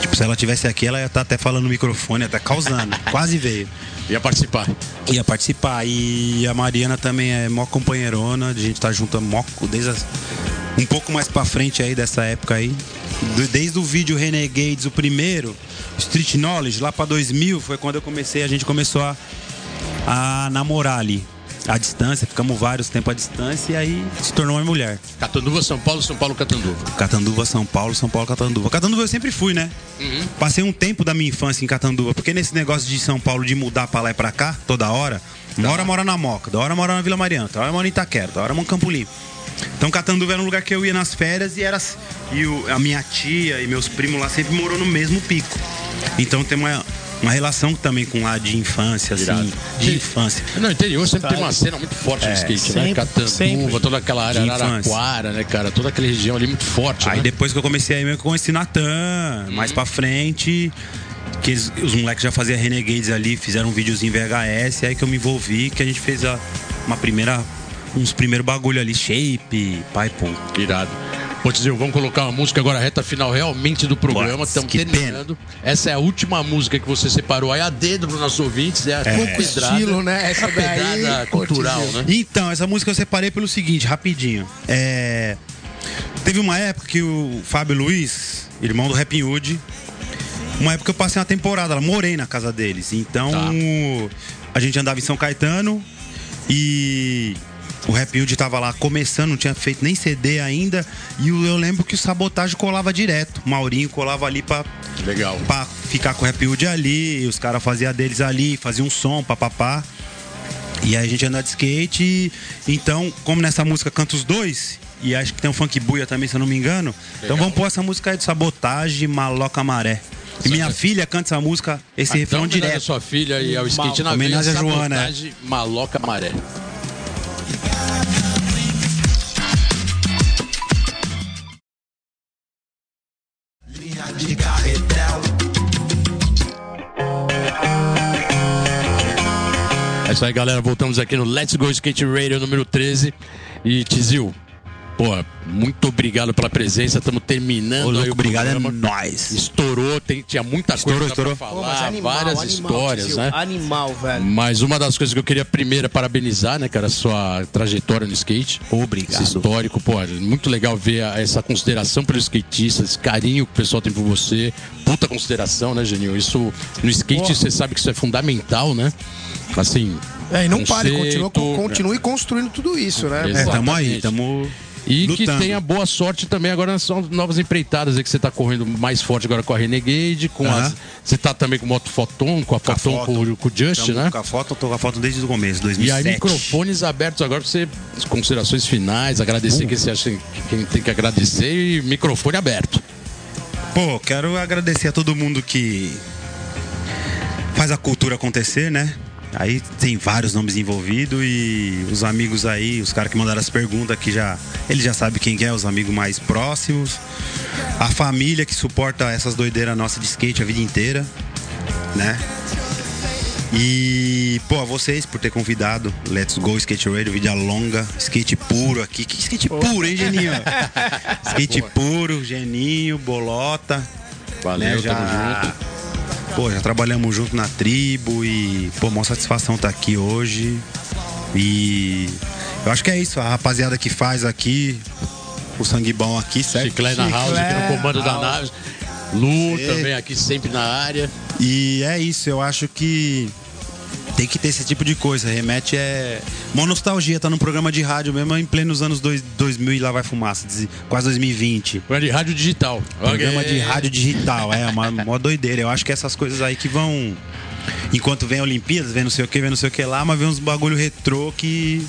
Tipo, se ela tivesse aqui, ela ia estar até falando no microfone, ia estar causando, quase veio. Ia participar. Ia participar, e a Mariana também é mó companheirona, a gente tá junto há mó... Desde as- um pouco mais pra frente aí, dessa época aí. do- desde o vídeo Renegades, o primeiro, Street Knowledge, lá pra 2000, foi quando eu comecei, a gente começou a, a namorar ali. À distância, ficamos vários tempos à distância e aí se tornou uma mulher. Catanduva, São Paulo, São Paulo, Catanduva. Catanduva, São Paulo, São Paulo, Catanduva. Catanduva eu sempre fui, né? Passei um tempo da minha infância em Catanduva, porque nesse negócio de São Paulo de mudar pra lá e pra cá, toda hora, uma hora mora na Moca, da hora mora na Vila Mariana, da hora mora em Itaquera, da hora mora em Campo Limpo. Então Catanduva era um lugar que eu ia nas férias e era e o- a minha tia e meus primos lá sempre morou no mesmo pico. Então tem uma, uma relação também com lá de infância, assim, Irado. de Sim. infância. No interior sempre tem uma cena muito forte no skate, né? sempre, Catanduva, sempre. toda aquela área De Araraquara, né, cara? Toda aquela região ali muito forte. Aí né? depois que eu comecei aí meio que eu conheci Natan, mais pra frente. Que eles- os moleques já faziam Renegades ali, fizeram um videozinho VHS, é aí que eu me envolvi, que a gente fez a- uma primeira. Uns primeiros bagulho ali, shape, Python. Irado. Ô, Tizil, vamos colocar uma música agora, reta final realmente do programa. Putz, Estamos que terminando. Essa é a última música que você separou aí a dedo para os nossos ouvintes. É a é. pedrada, estilo, né? Essa a pedrada daí, pô, cultural, Tizil. né? Então, essa música eu separei pelo seguinte, rapidinho. É, Teve uma época que o Fábio Luiz, irmão do Rap Hood, uma época eu passei uma temporada, lá, morei na casa deles. Então, Tá. a gente andava em São Caetano e o Rap Hood tava lá começando, não tinha feito nem CD ainda. E o- eu lembro que o Sabotagem colava direto. O Maurinho colava ali pra Legal. pra ficar com o Rap Hood ali, e os caras faziam deles ali, faziam um som, papapá. E aí a gente anda de skate. e- Então, como nessa música canta os dois, e acho que tem um funk buia também, se eu não me engano. Então vamos pôr essa música aí de sabotagem, maloca maré. E minha filha canta essa música, esse refrão é homenagem à Então, direto. sua filha e ao skate na Homenagem veia, à Joana, é. sabotagem, Maloca Maré. É isso aí, galera. Voltamos aqui no Let's Go Skate Radio número 13. E Tizil, pô, muito obrigado pela presença. Estamos terminando. Ô, aí louco, o obrigado, é programa. nóis. Estourou, tem, tinha muita coisa Estourou, pra Pô, falar, mas animal, várias animal, histórias, Tizil, né? Animal, velho. Mas uma das coisas que eu queria primeiro é parabenizar, né, cara, a sua trajetória no skate. Esse Obrigado. histórico, pô, é muito legal ver a- essa consideração pelo skatista, esse carinho que o pessoal tem por você. Puta consideração, né, Genil? Isso no skate Pô. você sabe que isso é fundamental, né? Assim. É, e não pare, continua, conceito, continue construindo tudo isso, né? É, tamo aí, Exatamente. tamo. E lutando. que tenha boa sorte também agora nas suas novas empreitadas aí que você tá correndo mais forte agora com a Renegade, com Aham. as. Você tá também com o Moto Foton, com a a Foton, Foton. com, o- com o Just, tamo né? com a foto, eu tô com a foto desde o começo, E aí, 2007. microfones abertos agora pra você, as considerações finais, agradecer quem você acha que quem tem que agradecer e microfone aberto. Pô, quero agradecer a todo mundo que faz a cultura acontecer, né? Aí tem vários nomes envolvidos e os amigos aí, os caras que mandaram as perguntas que já. Ele já sabe quem que é, os amigos mais próximos. A família que suporta essas doideiras nossas de skate a vida inteira, né? E, pô, a vocês por ter convidado. Let's Go Skate Radio, vida longa, skate puro aqui. Que skate puro, hein, Geninho? skate puro, Geninho, Bolota. né, já... Pô, já trabalhamos junto na tribo e, pô, uma satisfação estar aqui hoje. E eu acho que é isso, a rapaziada que faz aqui, o sangue bom aqui, certo? Chiclé na house, aqui no comando da nave. Lu Sim. também aqui sempre na área. E é isso, eu acho que tem que ter esse tipo de coisa. Remete é. Uma nostalgia, tá num programa de rádio mesmo em plenos anos dois- 2000 e lá vai fumaça, diz- quase 2020. Programa de rádio digital. Programa Ok. de rádio digital, é uma mó doideira. Eu acho que essas coisas aí que vão. Enquanto vem Olimpíadas, vem não sei o que, vem não sei o que lá, mas vem uns bagulho retrô que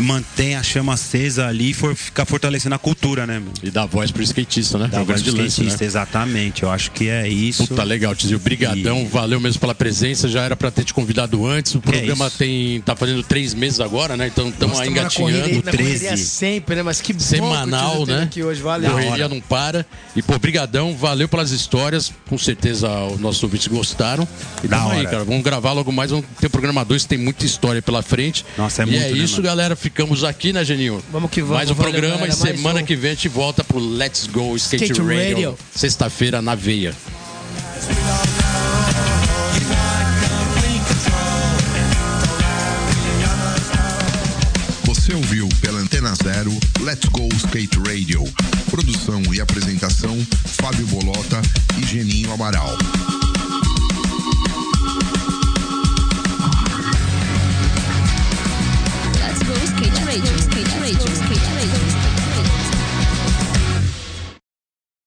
mantém a chama acesa ali e for, fica fortalecendo a cultura, né, mano? E dá voz pro skatista, né? Da É o voz grande do lance, né? skatista, exatamente. Eu acho que é isso. Puta, legal, Tizio. Obrigadão, valeu mesmo pela presença. Já era pra ter te convidado antes. O programa É isso. tem tá fazendo três meses agora, né? Então estamos Nós aí tamo na engatinhando. correria, na correria 13. sempre, né? Mas que bom que o semanal, Tizil teve né? Aqui hoje, valeu. Correria não para. E, pô, brigadão, valeu pelas histórias. Com certeza os nossos ouvintes gostaram. E Da tamo aí, hora. cara. Vamos gravar logo mais. Vamos ter um programa 2, tem muita história pela frente. Nossa, é e muito, é né, isso, mano? galera. Ficamos aqui, né, Geninho? Vamos que vamos, Mais um valeu, programa galera, e mais semana um. que vem a gente volta pro Let's Go Skate, Skate Radio. Radio. Sexta-feira na veia. Você ouviu pela antena 2.0 Let's Go Skate Radio. Produção e apresentação: Fábio Bolota e Geninho Amaral. Let's go skate radio, skate radio.